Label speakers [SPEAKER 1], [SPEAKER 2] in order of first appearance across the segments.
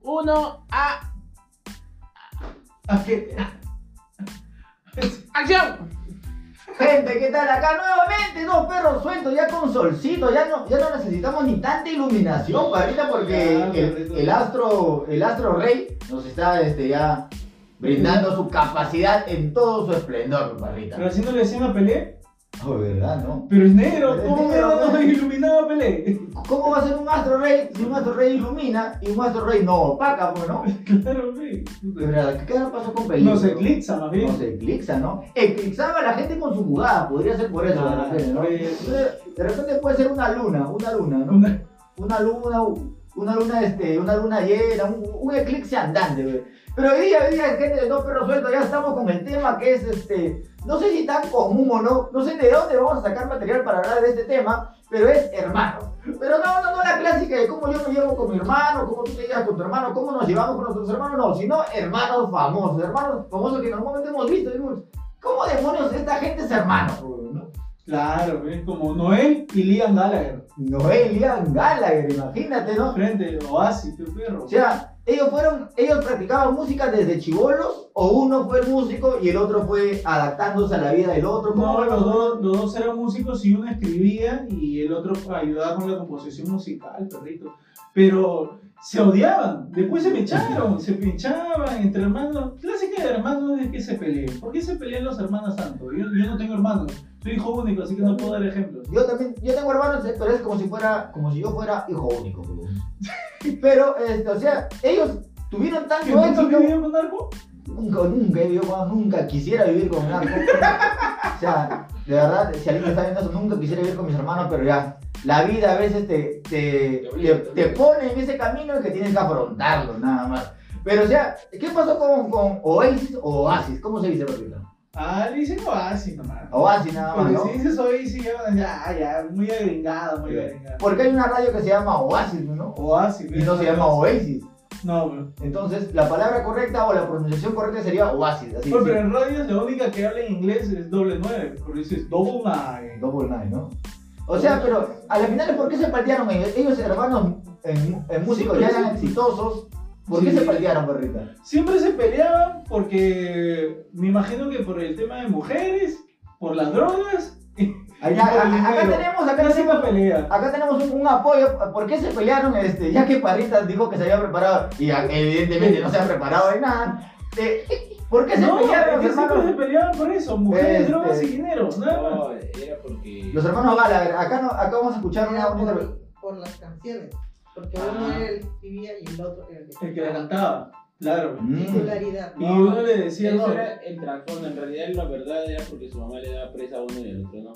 [SPEAKER 1] 1, A. ¡Acción!
[SPEAKER 2] Gente, ¿qué tal? Acá nuevamente dos perros sueltos, ya con solcito, ya no, ya no necesitamos ni tanta iluminación ahorita porque
[SPEAKER 3] Claro,
[SPEAKER 2] el,
[SPEAKER 3] perrito.
[SPEAKER 2] el astro, el astro rey nos está este, ya brindando su capacidad en todo su esplendor,
[SPEAKER 3] Pero
[SPEAKER 2] parrita.
[SPEAKER 3] haciéndole así una pelea.
[SPEAKER 2] Oh, ¿verdad, no?
[SPEAKER 3] Pero es negro,
[SPEAKER 2] Pero es
[SPEAKER 3] ¿cómo me
[SPEAKER 2] negro,
[SPEAKER 3] no
[SPEAKER 2] ¿no?
[SPEAKER 3] iluminaba pelea?
[SPEAKER 2] ¿Cómo va a ser un astro rey si un astro rey ilumina y un astro rey no opaca, pues, no?
[SPEAKER 3] Claro, sí.
[SPEAKER 2] De verdad, ¿qué pasó con Pelín?
[SPEAKER 3] Nos eclipsa más bien.
[SPEAKER 2] No se eclipsa, ¿no? Eclipsaba a la gente con su jugada, podría ser por eso, de
[SPEAKER 3] Ah,
[SPEAKER 2] repente, ¿no?
[SPEAKER 3] por eso.
[SPEAKER 2] De repente puede ser una luna, una luna, ¿no?
[SPEAKER 3] Una-
[SPEAKER 2] Una luna, una luna, este, una luna llena, un, un eclipse andante, güey. Pero hoy día, hoy día, gente de dos perros sueltos, ya estamos con el tema que es este. No sé si tan común o no, no sé de dónde vamos a sacar material para hablar de este tema, pero es hermano. Pero no, no, no la clásica de cómo yo me llevo con mi hermano, cómo tú te llevas con tu hermano, cómo nos llevamos con nuestros hermanos, no, sino hermanos famosos, hermanos famosos que normalmente hemos visto. Decimos, ¿cómo demonios esta gente es hermano? güey, no?
[SPEAKER 3] Claro, es como Noel y Liam Gallagher.
[SPEAKER 2] Noel Ian Gallagher, imagínate, ¿no?
[SPEAKER 3] Frente, Oasis, qué perro.
[SPEAKER 2] O sea, ellos fueron, ellos practicaban música desde chivolos, o uno fue el músico y el otro fue adaptándose a la vida del otro. ¿Cómo
[SPEAKER 3] No,
[SPEAKER 2] fue?
[SPEAKER 3] los dos, los dos eran músicos y uno escribía y el otro ayudaba con la composición musical, perrito. Pero se odiaban, después se pincharon, se pinchaban entre hermanos. Clásica de hermanos es que se peleen. ¿Por qué se pelean los hermanos tanto? Yo, yo no tengo hermanos, soy hijo único, así que no puedo dar ejemplos.
[SPEAKER 2] Yo también, yo tengo hermanos, eh, pero es como si fuera, como si yo fuera hijo único. pues, weón. Pero, este, o sea, ellos tuvieron
[SPEAKER 3] ¿Qué
[SPEAKER 2] tanto
[SPEAKER 3] punto
[SPEAKER 2] éxito.
[SPEAKER 3] vivió con narco?
[SPEAKER 2] Nunca, nunca he vivido con- nunca quisiera vivir con narco. O sea, de verdad, si alguien me está viendo eso, nunca quisiera vivir con mis hermanos, pero ya. La vida a veces te, te,
[SPEAKER 4] Te obliga,
[SPEAKER 2] te-
[SPEAKER 4] te
[SPEAKER 2] te
[SPEAKER 4] obliga.
[SPEAKER 2] pone en ese camino que tienes que afrontarlo, nada más. Pero o sea, ¿qué pasó con, con Oasis o Oasis? ¿Cómo se dice, Rodrigo?
[SPEAKER 3] Ah, le dicen Oasis nomás.
[SPEAKER 2] Oasis nada más,
[SPEAKER 3] Porque
[SPEAKER 2] ¿no?
[SPEAKER 3] si dices Oasis, ya, ya, ya, muy agringado, muy agringado.
[SPEAKER 2] Porque hay una radio que se llama Oasis, ¿no?
[SPEAKER 3] Oasis,
[SPEAKER 2] Y no se llama Oasis.
[SPEAKER 3] No, bro.
[SPEAKER 2] Entonces, la palabra correcta o la pronunciación correcta sería Oasis, así.
[SPEAKER 3] Bueno,
[SPEAKER 2] sí.
[SPEAKER 3] pero en radio la única que habla en inglés es doble nueve, porque dices double nine.
[SPEAKER 2] Double Nine, ¿no? O sea, pero a la final, ¿por qué se partieron ellos? Ellos, hermanos, en, en músicos
[SPEAKER 3] Sí,
[SPEAKER 2] ya
[SPEAKER 3] pero
[SPEAKER 2] eran
[SPEAKER 3] sí.
[SPEAKER 2] exitosos. ¿Por qué
[SPEAKER 3] Sí.
[SPEAKER 2] se partieron, perrita?
[SPEAKER 3] Siempre se peleaban porque me imagino que por el tema de mujeres, por las drogas,
[SPEAKER 2] Acá,
[SPEAKER 3] por el
[SPEAKER 2] acá- acá
[SPEAKER 3] dinero.
[SPEAKER 2] tenemos, acá
[SPEAKER 3] casi
[SPEAKER 2] tenemos,
[SPEAKER 3] una pelea.
[SPEAKER 2] acá tenemos un, un apoyo. ¿Por qué se pelearon? Este, ya que Parrita dijo que se había preparado y a- evidentemente no se ha preparado de nada. Eh, ¿Por qué se
[SPEAKER 3] No,
[SPEAKER 2] pelearon
[SPEAKER 3] es
[SPEAKER 2] los
[SPEAKER 3] que siempre se
[SPEAKER 2] hermanos?
[SPEAKER 3] peleaban por eso, mujeres,
[SPEAKER 2] Este.
[SPEAKER 3] drogas y dinero, nada más.
[SPEAKER 2] Oh.
[SPEAKER 4] No, era porque.
[SPEAKER 2] Los hermanos Gallagher, acá, no, acá vamos a escuchar una...
[SPEAKER 5] Era
[SPEAKER 2] una-
[SPEAKER 5] por, por las canciones. Porque uno
[SPEAKER 4] Ah.
[SPEAKER 5] era el que escribía y el otro era el que
[SPEAKER 3] El que la
[SPEAKER 5] cantaba.
[SPEAKER 3] cantaba, claro.
[SPEAKER 2] Mm.
[SPEAKER 5] Titularidad.
[SPEAKER 3] Y uno le decía,
[SPEAKER 4] Eso
[SPEAKER 3] no,
[SPEAKER 4] era el trasfondo. En realidad, la verdad era porque su mamá le daba presa a uno y al otro no.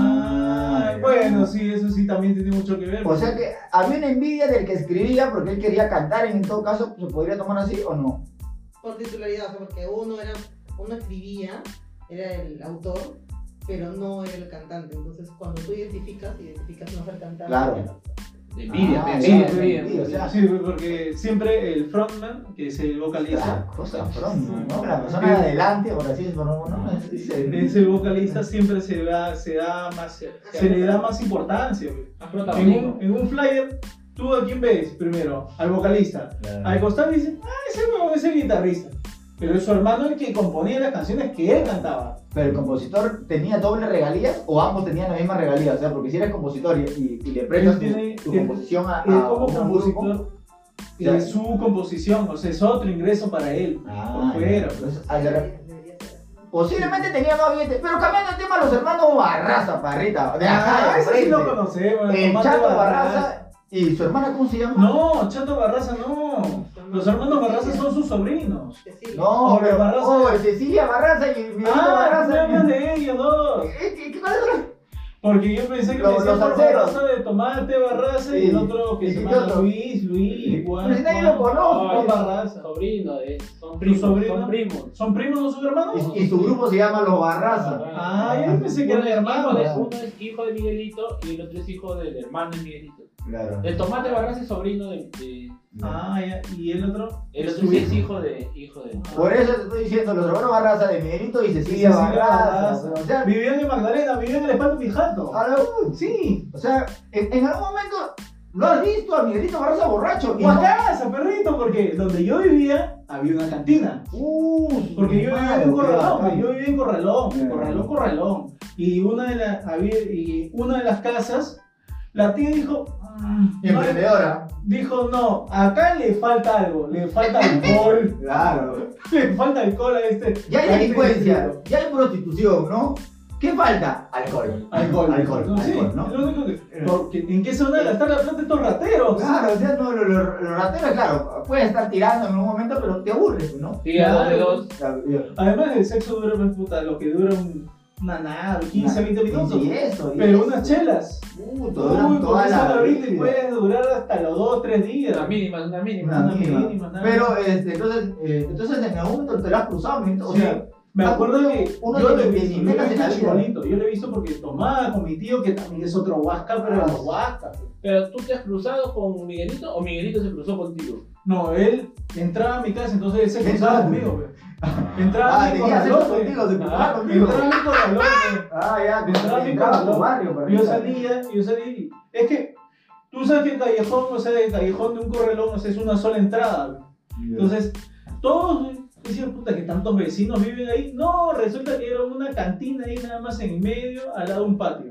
[SPEAKER 3] ah, bueno, sí, eso sí también tiene mucho que ver.
[SPEAKER 2] O sea que había una envidia del que escribía porque él quería cantar y en todo caso pues, se podría tomar así o no.
[SPEAKER 5] Por titularidad, o sea, porque uno era, uno escribía, era el autor, pero no era el cantante. Entonces cuando tú identificas, identificas más al cantante.
[SPEAKER 2] Claro.
[SPEAKER 5] que al autor.
[SPEAKER 4] De envidia,
[SPEAKER 2] Ah,
[SPEAKER 4] pero-
[SPEAKER 2] sí,
[SPEAKER 4] sí,
[SPEAKER 2] sí,
[SPEAKER 4] envidia.
[SPEAKER 2] o sea,
[SPEAKER 3] Sí, porque siempre el frontman, que es el vocalista,
[SPEAKER 2] La Ah, cosa pronto, ¿no? La persona de adelante, por así decirlo, ¿no? Es- es- es-
[SPEAKER 3] ese vocalista siempre se, da, se, da más, se le da más importancia. güey.
[SPEAKER 4] Más
[SPEAKER 3] En
[SPEAKER 4] protagónico.
[SPEAKER 3] un, en un flyer, ¿tú a quién ves primero? Al vocalista. Al costado dice, ah, ese huevón es el guitarrista. Pero es su hermano el que componía las canciones que él cantaba.
[SPEAKER 2] Pero el compositor tenía doble regalías o ambos tenían la misma regalía, o sea, porque si eres compositor y, y- y le prestas
[SPEAKER 3] Él tiene-
[SPEAKER 2] tu, tu
[SPEAKER 3] él-
[SPEAKER 2] composición a,
[SPEAKER 3] Él
[SPEAKER 2] a
[SPEAKER 3] como
[SPEAKER 2] Ah, un grupo-
[SPEAKER 3] compositor,
[SPEAKER 2] Ya.
[SPEAKER 3] es su composición, o sea, es otro ingreso para él.
[SPEAKER 2] Ah,
[SPEAKER 3] por
[SPEAKER 2] ya.
[SPEAKER 3] fuera. pues.
[SPEAKER 2] Entonces, al de re-
[SPEAKER 5] Debería, debería ser así.
[SPEAKER 2] posiblemente tenía más billetes, pero cambiando el tema, los hermanos Barraza, parrita, de acá,
[SPEAKER 3] Ah,
[SPEAKER 2] de
[SPEAKER 3] ese sí lo
[SPEAKER 2] frente.
[SPEAKER 3] conocemos.
[SPEAKER 2] el
[SPEAKER 3] Tomate
[SPEAKER 2] Chato Barraza y su hermana, ¿cómo se llama?
[SPEAKER 3] No, Chato Barraza no. Los hermanos Barraza son sus sobrinos.
[SPEAKER 5] Cecilia.
[SPEAKER 2] No,
[SPEAKER 3] Hombre,
[SPEAKER 2] pero
[SPEAKER 3] Barraza.
[SPEAKER 2] oh, Cecilia Barraza y mi
[SPEAKER 3] Ah, me hablas
[SPEAKER 2] Barraza.
[SPEAKER 3] de ellos dos.
[SPEAKER 2] Eh, ¿Qué qué- cuáles son los
[SPEAKER 3] Porque yo pensé que
[SPEAKER 2] Los-
[SPEAKER 3] me decían
[SPEAKER 2] los
[SPEAKER 3] por
[SPEAKER 2] salseros.
[SPEAKER 3] Barraza de Tomate Barraza y
[SPEAKER 2] Sí.
[SPEAKER 3] el otro que
[SPEAKER 2] ¿Y
[SPEAKER 3] se
[SPEAKER 2] qué
[SPEAKER 3] llama
[SPEAKER 2] otro?
[SPEAKER 3] Luis, Luis, Juan.
[SPEAKER 2] Pero si nadie lo
[SPEAKER 3] Juan.
[SPEAKER 2] conoce. pues.
[SPEAKER 3] Juan
[SPEAKER 4] es
[SPEAKER 3] Barraza.
[SPEAKER 4] Sobrino, es- eh, son primos.
[SPEAKER 3] sobrino?
[SPEAKER 4] Son primos.
[SPEAKER 3] ¿Son primos no son hermanos?
[SPEAKER 2] Y, y su grupo se llama Los Barraza.
[SPEAKER 3] Ah, yo pensé que
[SPEAKER 4] Uno
[SPEAKER 3] eran
[SPEAKER 4] es hijo
[SPEAKER 3] hermanos.
[SPEAKER 4] de- Uno es hijo de Miguelito y el otro es hijo del hermano de Miguelito.
[SPEAKER 2] Claro.
[SPEAKER 4] El tomate Barraza es sobrino de. de-
[SPEAKER 3] Ah, ya. ¿Y el otro?
[SPEAKER 4] el
[SPEAKER 3] Es
[SPEAKER 4] otro
[SPEAKER 3] su
[SPEAKER 4] sí es hijo de. Hijo de.
[SPEAKER 2] Por eso te estoy diciendo, los hermanos Barraza de Miguelito y Cecilia Barraza. O sea, Ah, uh,
[SPEAKER 3] Vivían en Magdalena, vivían en el Espano Fijato.
[SPEAKER 2] a la-
[SPEAKER 3] Sí.
[SPEAKER 2] o sea, en, en algún momento ¿Lo has visto a Miguelito Barrosa borracho?
[SPEAKER 3] Pues
[SPEAKER 2] Y no-
[SPEAKER 3] Guacaza, perrito, porque donde yo vivía había una cantina.
[SPEAKER 2] Uh,
[SPEAKER 3] Porque yo vivía en
[SPEAKER 2] madre,
[SPEAKER 3] Corralón,
[SPEAKER 2] bacán.
[SPEAKER 3] yo vivía en Corralón,
[SPEAKER 2] Claro.
[SPEAKER 3] Corralón, Corralón. Y una de, la- había- y una de las casas, la tía dijo, "Ah, no,
[SPEAKER 2] Emprendedora.
[SPEAKER 3] dijo, no, acá le falta algo, le falta alcohol,
[SPEAKER 2] Claro.
[SPEAKER 3] le falta alcohol a este.
[SPEAKER 2] Ya hay
[SPEAKER 3] a este
[SPEAKER 2] delincuencia,
[SPEAKER 3] vecino".
[SPEAKER 2] ya hay prostitución, ¿no? ¿Qué falta? Alcohol.
[SPEAKER 3] Alcohol,
[SPEAKER 2] Alcohol,
[SPEAKER 3] Sí,
[SPEAKER 2] alcohol, ¿no? Eh.
[SPEAKER 3] lo único que- porque ¿En qué se van a gastar la plata estos rateros?
[SPEAKER 2] Claro, o sea, no, lo- lo- los rateros, claro, pueden estar tirando en un momento, pero te aburres, ¿no?
[SPEAKER 4] Sí, a dos de dos.
[SPEAKER 2] O sea, yo-
[SPEAKER 3] Además el sexo dura, pues, puta, lo que dura un, una nada, 15, 20 minutos.
[SPEAKER 2] Y eso, y
[SPEAKER 3] Pero
[SPEAKER 2] eso.
[SPEAKER 3] unas chelas.
[SPEAKER 2] Puto, duran
[SPEAKER 3] Uy,
[SPEAKER 2] toda
[SPEAKER 3] porque esa
[SPEAKER 2] la
[SPEAKER 3] ahorita y
[SPEAKER 2] vida.
[SPEAKER 3] puede durar hasta los 2, 3 días.
[SPEAKER 4] Una mínima, una mínima.
[SPEAKER 2] Una
[SPEAKER 3] Una
[SPEAKER 2] mínima.
[SPEAKER 3] mínima, nada.
[SPEAKER 2] Pero, este, entonces, eh, entonces en algún momento te lo has cruzado, ¿no? o
[SPEAKER 3] Sí.
[SPEAKER 2] sea,
[SPEAKER 3] Me acuerdo que
[SPEAKER 2] ah, uno
[SPEAKER 3] yo
[SPEAKER 2] de
[SPEAKER 3] lo he
[SPEAKER 2] los
[SPEAKER 3] visto, yo lo
[SPEAKER 2] primeros
[SPEAKER 3] he
[SPEAKER 2] en la
[SPEAKER 3] visto
[SPEAKER 2] vida.
[SPEAKER 3] chibolito, yo lo he visto porque tomaba con mi tío, que también es otro huasca, pero
[SPEAKER 2] Ah.
[SPEAKER 3] los huasca. pues.
[SPEAKER 4] Pero tú te has cruzado con Miguelito o Miguelito se cruzó contigo.
[SPEAKER 3] No, él entraba a mi casa, entonces él se
[SPEAKER 2] Entraba.
[SPEAKER 3] cruzaba conmigo. pe. Entraba
[SPEAKER 2] Ah,
[SPEAKER 3] a mi
[SPEAKER 2] tenía sexo
[SPEAKER 3] corralón. pe.
[SPEAKER 2] contigo, se cruzaba
[SPEAKER 3] Ah,
[SPEAKER 2] contigo.
[SPEAKER 3] Entraba a mi corralón. pe.
[SPEAKER 2] ah, ya, que
[SPEAKER 3] Entraba a mi
[SPEAKER 2] entraba a tu
[SPEAKER 3] cuarto,
[SPEAKER 2] barrio para
[SPEAKER 3] Yo
[SPEAKER 2] empezar.
[SPEAKER 3] salía, yo salí. Es que tú sabes que el callejón, o sea, el callejón de un corralón, o sea, es una sola entrada. pe. Entonces, todos decían, puta, que tantos vecinos viven ahí. No, resulta que era una cantina ahí nada más en medio, al lado de un patio.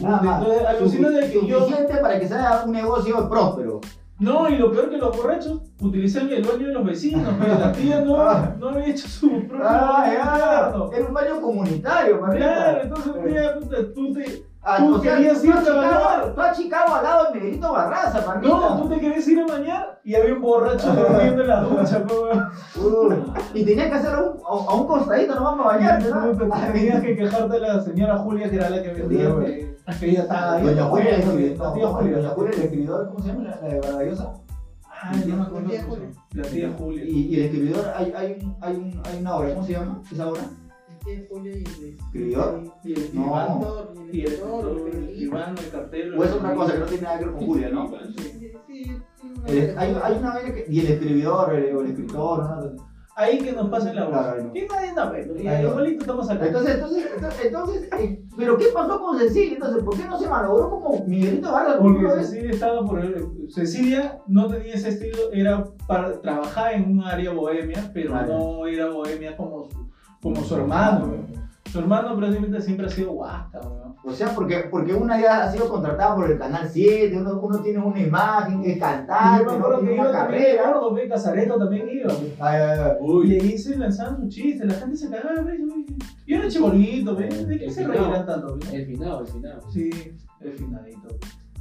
[SPEAKER 2] Nada más.
[SPEAKER 3] Entonces, alucina de que yo.
[SPEAKER 2] Suficiente para que sea un negocio próspero.
[SPEAKER 3] No, y lo peor que los borrachos utilizan el baño de los vecinos, pero la tía no, no había hecho su propio
[SPEAKER 2] Ah,
[SPEAKER 3] baño interno.
[SPEAKER 2] ya. Era un baño comunitario, Marita.
[SPEAKER 3] Claro, entonces un día, puta, tú te.
[SPEAKER 2] Ah,
[SPEAKER 3] tú
[SPEAKER 2] o sea,
[SPEAKER 3] querías
[SPEAKER 2] tú
[SPEAKER 3] ir a
[SPEAKER 2] a Chicago,
[SPEAKER 3] trabajar.
[SPEAKER 2] tú a Chicago al lado de Miguelito Barraza, Marita.
[SPEAKER 3] No, tú te querés ir a bañar y había un borracho durmiendo en la ducha, pues, weón.
[SPEAKER 2] Uh, y tenías que hacerlo a un- a, a un costadito nomás para bañarte,
[SPEAKER 3] Puta,
[SPEAKER 2] ¿no?
[SPEAKER 3] Tenías que quejarte a la señora Julia, que era la que vendía.
[SPEAKER 2] Claro,
[SPEAKER 3] que- Que ella estaba ahí.
[SPEAKER 2] Doña Julia, el escribidor,
[SPEAKER 3] La tía Julia.
[SPEAKER 2] Doña Julia, el escribidor, ¿cómo se llama? La, la de Vargallosa.
[SPEAKER 3] Ah, ya me acuerdo.
[SPEAKER 5] Tía Julia.
[SPEAKER 3] La tía Julia.
[SPEAKER 2] Y, y el escribidor, hay, hay, un- hay, un, hay una obra, ¿cómo se llama esa obra?
[SPEAKER 5] Tiene Julio y el
[SPEAKER 2] ¿Escribidor?
[SPEAKER 3] Y el
[SPEAKER 2] No.
[SPEAKER 3] Iván.
[SPEAKER 5] Y el escritor, el
[SPEAKER 3] el
[SPEAKER 5] periodista.
[SPEAKER 3] Iván, el cartero.
[SPEAKER 2] O es otra cosa que no tiene nada que ver con Julia, ¿no?
[SPEAKER 5] Sí, sí, sí, una
[SPEAKER 2] El- hay, hay
[SPEAKER 5] persona.
[SPEAKER 2] una vaina que. Y el escribidor, el, o el escritor, ¿no?
[SPEAKER 3] Ahí que nos pasen la
[SPEAKER 2] Claro, ahí
[SPEAKER 3] voz.
[SPEAKER 2] no.
[SPEAKER 3] Y nadie nos ve. y
[SPEAKER 2] Ahí no.
[SPEAKER 3] Igualito estamos acá.
[SPEAKER 2] Entonces, entonces, entonces, entonces, eh, ¿pero qué pasó con Cecilia? Entonces, ¿por qué no se malogró como Miguelito Vargas?
[SPEAKER 3] Porque
[SPEAKER 2] ¿No ves?
[SPEAKER 3] Cecilia estaba por el- Cecilia no tenía ese estilo, era para trabajar en un área bohemia, pero
[SPEAKER 2] Claro.
[SPEAKER 3] no era bohemia como su, como su hermano. weón. Su hermano prácticamente siempre ha sido guasta, weón.
[SPEAKER 2] O sea, porque, porque una ya ha sido contratada por el Canal 7, uno, uno tiene una imagen, es
[SPEAKER 3] Y
[SPEAKER 2] cantante,
[SPEAKER 3] Ah, yo me
[SPEAKER 2] ¿no?
[SPEAKER 3] acuerdo que
[SPEAKER 2] tiene
[SPEAKER 3] iba
[SPEAKER 2] una
[SPEAKER 3] también
[SPEAKER 2] carrera.
[SPEAKER 3] Gerardo, ve, Casareto también iba. weón.
[SPEAKER 2] Ay, ay, ay.
[SPEAKER 3] Y ahí se lanzaban sus chistes, la gente se cagaba, ve, yo me- Yo era chibolito, ve, ¿de qué se reían tanto? ve?
[SPEAKER 4] El final, el final.
[SPEAKER 3] Sí, el finalito.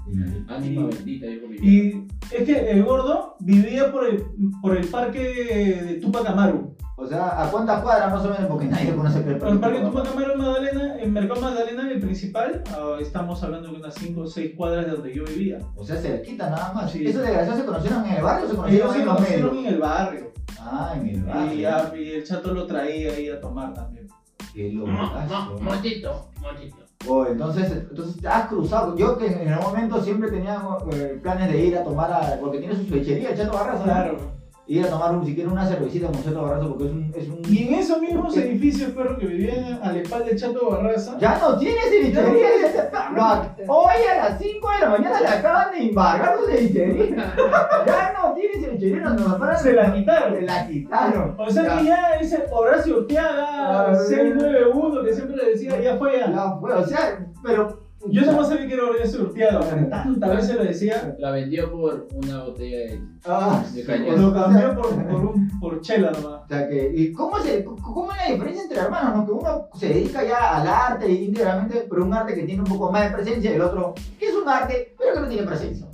[SPEAKER 3] weón.
[SPEAKER 4] Ánima bendita, yo con mi
[SPEAKER 3] Y es que el gordo vivía por el, por el parque de Tupac Amaru.
[SPEAKER 2] O sea, ¿a cuántas cuadras más o menos? Porque nadie conoce que
[SPEAKER 3] Por el parque de Tupac Amaru, Magdalena, el mercado Magdalena, el principal, ah, estamos hablando de unas 5 o 6 cuadras de donde yo vivía.
[SPEAKER 2] O sea, cerquita nada más.
[SPEAKER 3] Sí.
[SPEAKER 2] ¿Esos desgraciados se conocieron en el barrio o se conocieron
[SPEAKER 3] Ellos se
[SPEAKER 2] en los medios?
[SPEAKER 3] conocieron en el barrio.
[SPEAKER 2] Ah, en el
[SPEAKER 3] Y,
[SPEAKER 2] barrio.
[SPEAKER 3] ya, y el chato lo traía ahí a tomar también.
[SPEAKER 2] Qué
[SPEAKER 4] No,
[SPEAKER 2] locazo.
[SPEAKER 4] maldito, maldito.
[SPEAKER 2] Oh, entonces, entonces te has cruzado. Yo que en el momento siempre tenía eh, planes de ir a tomar a. Porque tiene su lechería, el Chato Barraza. ¿no? Ir a tomar un- siquiera una cervecita con Chato Barraza porque es un. Es un...
[SPEAKER 3] Y en esos mismos edificios, perro, que vivían a la espalda del chato Barraza,
[SPEAKER 2] Ya no tienes cevichería. Hoy a las 5 de la mañana le acaban de embargar su cevichería. ya no tienes cevichería. Nos, nos paran-
[SPEAKER 3] se la quitaron.
[SPEAKER 2] se la quitaron.
[SPEAKER 3] O sea que ya ese Horacio Orteaga,
[SPEAKER 2] Ah,
[SPEAKER 3] 691, que siempre le decía, ya fue ya.
[SPEAKER 2] Ya fue, o sea, pero.
[SPEAKER 3] Yo nada más sabía que era Horacio Urteaga, pero tantas veces lo decía,
[SPEAKER 4] La vendió por una botella de,
[SPEAKER 2] Ah,
[SPEAKER 4] de
[SPEAKER 2] No.
[SPEAKER 4] cañón.
[SPEAKER 3] lo cambió por, por, un, por chela nomás.
[SPEAKER 2] o sea que, ¿y cómo, se, ¿Cómo es la diferencia entre hermanos? ¿no? Que uno se dedica ya al arte íntegramente, pero un arte que tiene un poco más de presencia y el otro, que es un arte, pero que no tiene presencia.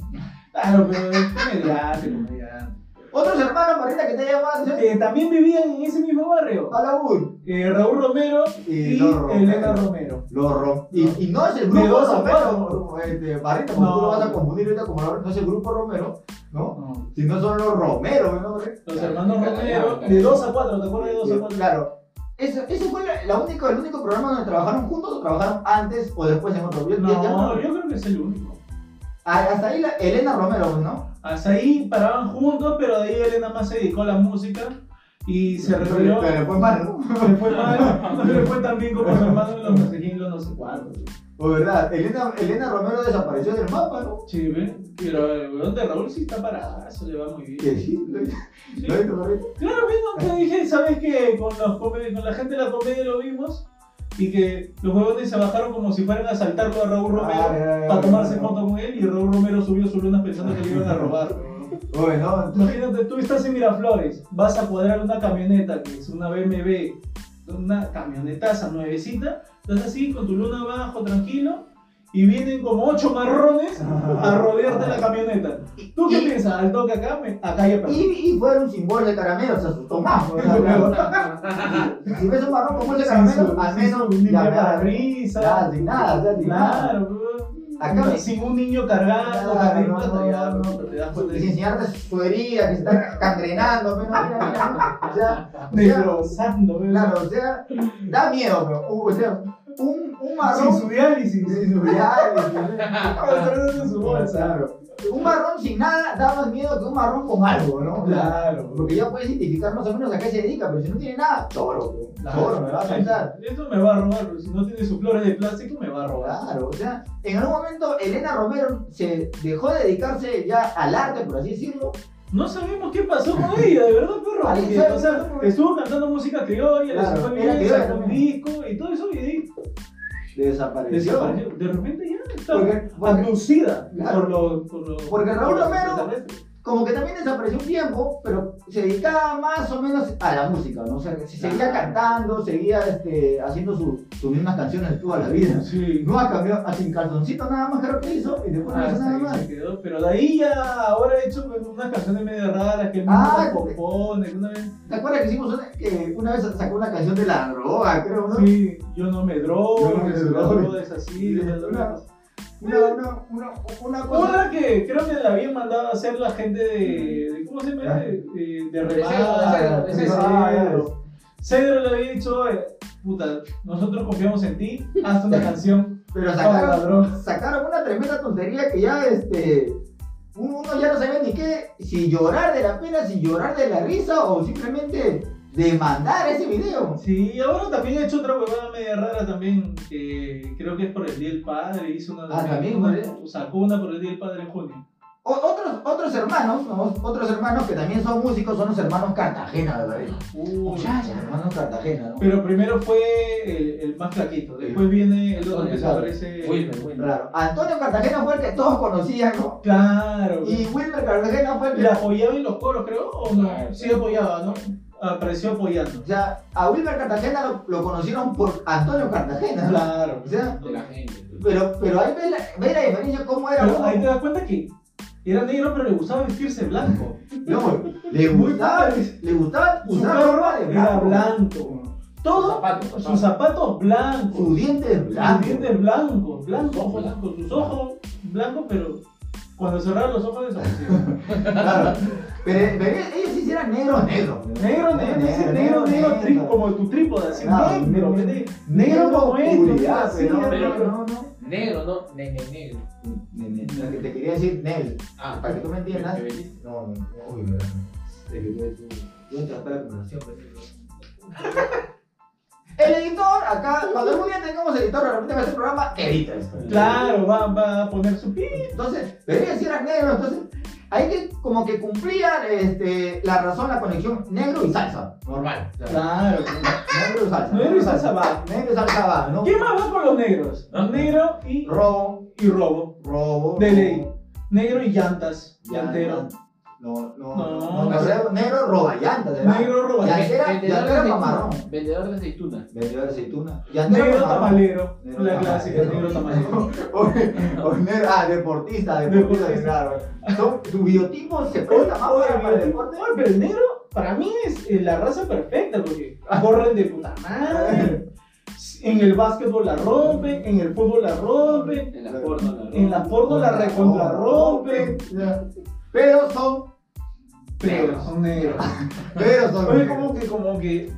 [SPEAKER 3] Claro, pero es comediante, comediante.
[SPEAKER 2] Otros hermanos, Marita, que te llaman la atención,
[SPEAKER 3] Eh, también vivían en ese mismo barrio.
[SPEAKER 2] a la U.
[SPEAKER 3] eh, Raúl Romero
[SPEAKER 2] Y
[SPEAKER 3] y,
[SPEAKER 2] Lorro.
[SPEAKER 3] Elena Romero.
[SPEAKER 2] Lorro. Y, y no es el
[SPEAKER 3] De
[SPEAKER 2] grupo
[SPEAKER 3] dos a
[SPEAKER 2] Romero, este, Marita, como
[SPEAKER 3] No.
[SPEAKER 2] tú lo vas a confundir ahorita como Lorro, no es el grupo Romero, ¿no?
[SPEAKER 3] No,
[SPEAKER 2] Si no son los Romeros, ¿no?
[SPEAKER 3] Los hermanos Romero, de 2 a 4, ¿te acuerdas de 2 a
[SPEAKER 2] Eh,
[SPEAKER 3] 4?
[SPEAKER 2] Claro. Ese, ese fue la, la única, el único programa donde trabajaron juntos o trabajaron antes o después en otro. Yo- yo- yo no-
[SPEAKER 3] No, yo creo que es el único.
[SPEAKER 2] Ah, Hasta ahí la, Elena Romero, pues, ¿no?
[SPEAKER 3] Hasta ahí paraban juntos, pero de ahí Elena más se dedicó a la música. Y se retiró.
[SPEAKER 2] Pero fue mal, ¿no?
[SPEAKER 3] Le fue mal, no le fue tan bien como su hermano en los Mercedes, los no sé cuántos.
[SPEAKER 2] O verdad, Elena, Elena Romero desapareció del mapa, ¿no?
[SPEAKER 3] Sí, ve, pero eh, el weón de Raúl sí está paradazo, le va muy bien.
[SPEAKER 2] Que sí, lo
[SPEAKER 3] Sí.
[SPEAKER 2] lo he visto, lo he visto.
[SPEAKER 3] Claro, mismo que dije, ¿sabes qué? Con, los come- con la gente de la comedia lo vimos y que los huevones se bajaron como si fueran a saltarlo a Raúl Romero
[SPEAKER 2] Ah, ya, ya,
[SPEAKER 3] para
[SPEAKER 2] ya,
[SPEAKER 3] tomarse
[SPEAKER 2] ya.
[SPEAKER 3] foto con él y Raúl Romero subió su luna pensando que le iban a robar. weón.
[SPEAKER 2] Oye, no, entonces-
[SPEAKER 3] Imagínate, tú estás en Miraflores, vas a cuadrar una camioneta que es una BMW, una camionetaza nuevecita, estás así con tu luna abajo, tranquilo, y vienen como ocho marrones a rodearte la camioneta. ¿Tú qué piensas? Al toque acá, me, acá ya perdí.
[SPEAKER 2] Y, y fueron sin bol de caramelo, se asustó más. o sea, Si ves un marrón con bol de caramelo, pues, al menos
[SPEAKER 3] un
[SPEAKER 2] ya me da
[SPEAKER 3] risa.
[SPEAKER 2] Ya, sin nada, ya, sin nada.
[SPEAKER 3] Claro, weón.
[SPEAKER 2] Acá me-
[SPEAKER 3] sin un niño cargado,
[SPEAKER 2] Claro,
[SPEAKER 3] también,
[SPEAKER 2] no,
[SPEAKER 3] puta,
[SPEAKER 2] no,
[SPEAKER 3] ya,
[SPEAKER 2] no.
[SPEAKER 3] no, te das cuenta
[SPEAKER 2] Y
[SPEAKER 3] de-
[SPEAKER 2] sin enseñarte su herida, que se está cangrenando, pero no, mira, mira, ¿no? O sea, o sea,
[SPEAKER 3] Destrozando, weón.
[SPEAKER 2] claro, o sea, da miedo, pero, uh, o sea, un, un
[SPEAKER 3] Sin
[SPEAKER 2] marrón
[SPEAKER 3] su diálisis.
[SPEAKER 2] sin su diálisis,
[SPEAKER 3] Guardando en su bolsa.
[SPEAKER 2] Claro. Un marrón sin nada da más miedo que un marrón con algo, ¿no? O sea,
[SPEAKER 3] Claro.
[SPEAKER 2] Porque ya puedes identificar más o menos a qué se dedica, pero si no tiene nada, toro, güey. toro, me va a pensar.
[SPEAKER 3] Esto me va a robar, pero si no tiene sus flores de plástico me va a robar.
[SPEAKER 2] Claro, o sea, en algún momento Elena Romero se dejó de dedicarse ya al arte, por así decirlo.
[SPEAKER 3] No sabemos qué pasó con ella, de verdad, perro.
[SPEAKER 2] Ay,
[SPEAKER 3] Porque,
[SPEAKER 2] ¿sabes?
[SPEAKER 3] o sea, estuvo cantando música criolla,
[SPEAKER 2] Claro,
[SPEAKER 3] le
[SPEAKER 2] era
[SPEAKER 3] sacó bien,
[SPEAKER 2] criolla
[SPEAKER 3] sacó un
[SPEAKER 2] también.
[SPEAKER 3] disco y todo eso, y ahí
[SPEAKER 2] Desapareció.
[SPEAKER 3] desapareció. De repente ya estaba
[SPEAKER 2] Porque, porque-
[SPEAKER 3] abducida
[SPEAKER 2] Claro.
[SPEAKER 3] por los. Por los
[SPEAKER 2] Porque Raúl
[SPEAKER 3] por los
[SPEAKER 2] Romero-
[SPEAKER 3] extraterrestres.
[SPEAKER 2] como que también desapareció un tiempo, pero se dedicaba más o menos a la música, ¿no? O sea, se- seguía cantando, seguía este, haciendo su- sus mismas canciones toda la vida.
[SPEAKER 3] Sí.
[SPEAKER 2] No ha cambiado, así en calzoncito nada más creo que hizo y después no hizo
[SPEAKER 3] Hasta
[SPEAKER 2] nada
[SPEAKER 3] ahí
[SPEAKER 2] más.
[SPEAKER 3] se quedó, pero de ahí ya ahora he hecho pues, unas canciones medio raras que él mismo
[SPEAKER 2] Ah,
[SPEAKER 3] las compone, que una vez
[SPEAKER 2] ¿Te acuerdas que hicimos una, que una vez sacó una canción de la droga, creo, no?
[SPEAKER 3] Sí, yo no me drogo,
[SPEAKER 2] Yo no me
[SPEAKER 3] las
[SPEAKER 2] drogo.
[SPEAKER 3] drogas así.
[SPEAKER 2] Sí,
[SPEAKER 3] las drogas.
[SPEAKER 2] Una, una, una, una cosa.
[SPEAKER 3] Otra Pues que creo que la habían mandado a hacer la gente de. de- ¿Cómo se llama? De, de, de
[SPEAKER 5] Cedro,
[SPEAKER 3] Remada,
[SPEAKER 5] de Cedro, de
[SPEAKER 3] Cedro.
[SPEAKER 2] Ah. Cedro.
[SPEAKER 3] Cedro le había dicho, "Oye, puta, nosotros confiamos en ti, haz una canción
[SPEAKER 2] Pero
[SPEAKER 3] para la
[SPEAKER 2] sacaron,
[SPEAKER 3] droga.
[SPEAKER 2] sacaron una tremenda tontería que ya este. Uno uno ya no sabía ni qué, si llorar de la pena, si llorar de la risa o simplemente demandar ese video.
[SPEAKER 3] Sí, y ahora también he hecho otra huevada media rara también, que creo que es por el Día del Padre, hizo una.
[SPEAKER 2] Ah, también,
[SPEAKER 3] una-
[SPEAKER 2] ¿verdad?
[SPEAKER 3] sacó una por el Día del Padre en junio.
[SPEAKER 2] O- otros, otros hermanos, ¿no? otros hermanos que también son músicos, son los hermanos Cartagena, de verdad.
[SPEAKER 3] Uy.
[SPEAKER 2] los hermanos Cartagena, ¿no?
[SPEAKER 3] Pero primero fue el, el más flaquito, después viene el otro que se
[SPEAKER 2] Claro.
[SPEAKER 3] parece.
[SPEAKER 4] Wilmer, Wilmer.
[SPEAKER 2] Claro. Antonio Cartagena fue el que todos conocían, ¿no?
[SPEAKER 3] Claro.
[SPEAKER 2] Y Wilmer Cartagena fue el que
[SPEAKER 3] ¿La apoyaba en los coros, creo? ¿O no?
[SPEAKER 4] Ah,
[SPEAKER 3] Sí apoyaba, ¿no? Ah, Apareció apoyando.
[SPEAKER 2] O sea, a Wilmer Cartagena lo, lo conocieron por Antonio Cartagena. ¿no?
[SPEAKER 3] Claro.
[SPEAKER 2] O sea,
[SPEAKER 4] De la gente.
[SPEAKER 2] pero, pero ahí ves la, ves la diferencia cómo era
[SPEAKER 3] Pero
[SPEAKER 2] uno.
[SPEAKER 3] ahí te das cuenta que era negro, pero le gustaba vestirse blanco.
[SPEAKER 2] No, le gustaba, le gustaba
[SPEAKER 3] Su
[SPEAKER 2] usar
[SPEAKER 3] carro
[SPEAKER 2] ropa de
[SPEAKER 3] Era
[SPEAKER 2] blanco.
[SPEAKER 3] blanco. Todo,
[SPEAKER 4] Zapatos,
[SPEAKER 3] sus zapatos blancos.
[SPEAKER 2] Sus dientes
[SPEAKER 3] Sus
[SPEAKER 2] blancos.
[SPEAKER 3] dientes blancos. Blancos,
[SPEAKER 4] Sus ojos
[SPEAKER 3] blancos. Sus ojos blancos, pero cuando cerraron los ojos desaparecieron.
[SPEAKER 2] Claro. Pero, pero ellos sí eran negros, negros. ¿no?
[SPEAKER 3] negro, negro, ese negro, negro, tri- como tu trípode, así
[SPEAKER 2] Claro,
[SPEAKER 3] negro.
[SPEAKER 2] negro.
[SPEAKER 3] vete.
[SPEAKER 2] Negro con
[SPEAKER 3] esto,
[SPEAKER 2] oscuridad,
[SPEAKER 3] así,
[SPEAKER 2] pero,
[SPEAKER 3] negro.
[SPEAKER 2] pero no, no.
[SPEAKER 4] Negro, no, nene, negro.
[SPEAKER 2] Nene, lo que Te quería decir, Nel.
[SPEAKER 4] Ah,
[SPEAKER 2] Para que tú me entiendas.
[SPEAKER 4] ¿me entendiste?
[SPEAKER 2] No, no, uy, verdad. Se le ve tu- Yo tratar la conversación, pero- El editor, acá, cuando algún día tengamos editor, de repente va a hacer programa, que edita esto.
[SPEAKER 3] Claro, va, va a poner su pi.
[SPEAKER 2] Entonces, pero ellos sí eran negros, entonces, ahí que como que cumplían este, la razón, la conexión negro y salsa. Normal.
[SPEAKER 3] Claro.
[SPEAKER 2] Negro y salsa.
[SPEAKER 3] Negro y salsa va.
[SPEAKER 2] Negro y salsa va, ¿no?
[SPEAKER 3] ¿Qué más va con los negros?
[SPEAKER 4] Ah.
[SPEAKER 3] Negro y,
[SPEAKER 2] Robo,
[SPEAKER 3] y robo.
[SPEAKER 2] robo.
[SPEAKER 3] De ley.
[SPEAKER 2] robo,
[SPEAKER 3] Negro y llantas. Llantero.
[SPEAKER 2] llanta. No, no,
[SPEAKER 3] No.
[SPEAKER 2] no. no, negro- Negro roba llanta, de verdad.
[SPEAKER 3] Negro roba.
[SPEAKER 2] Ya. Era-
[SPEAKER 4] Vendedor de
[SPEAKER 2] ya era
[SPEAKER 4] aceituna.
[SPEAKER 2] marrón.
[SPEAKER 4] Vendedor de aceituna.
[SPEAKER 2] Vendedor de aceituna. Llantero
[SPEAKER 3] Negro
[SPEAKER 2] roba.
[SPEAKER 3] tamalero.
[SPEAKER 2] Negro
[SPEAKER 3] la
[SPEAKER 2] tamalero.
[SPEAKER 3] clásica, negro tamalero.
[SPEAKER 2] O- o negro- ah, deportista, deportista,
[SPEAKER 3] Deportista.
[SPEAKER 2] claro. Son- su biotipo se presta más
[SPEAKER 3] Oye,
[SPEAKER 2] para, para el
[SPEAKER 3] oye,
[SPEAKER 2] deporte.
[SPEAKER 3] oye, pero el negro para mí es eh, la raza perfecta porque corren de puta madre. En el básquetbol la rompen, en el fútbol la rompen,
[SPEAKER 4] En la porno, la
[SPEAKER 3] en la porno la recontra rompen.
[SPEAKER 2] Pero son,
[SPEAKER 3] Pero son negros.
[SPEAKER 2] pero son.
[SPEAKER 3] Oye,
[SPEAKER 2] negros.
[SPEAKER 3] como que, como que.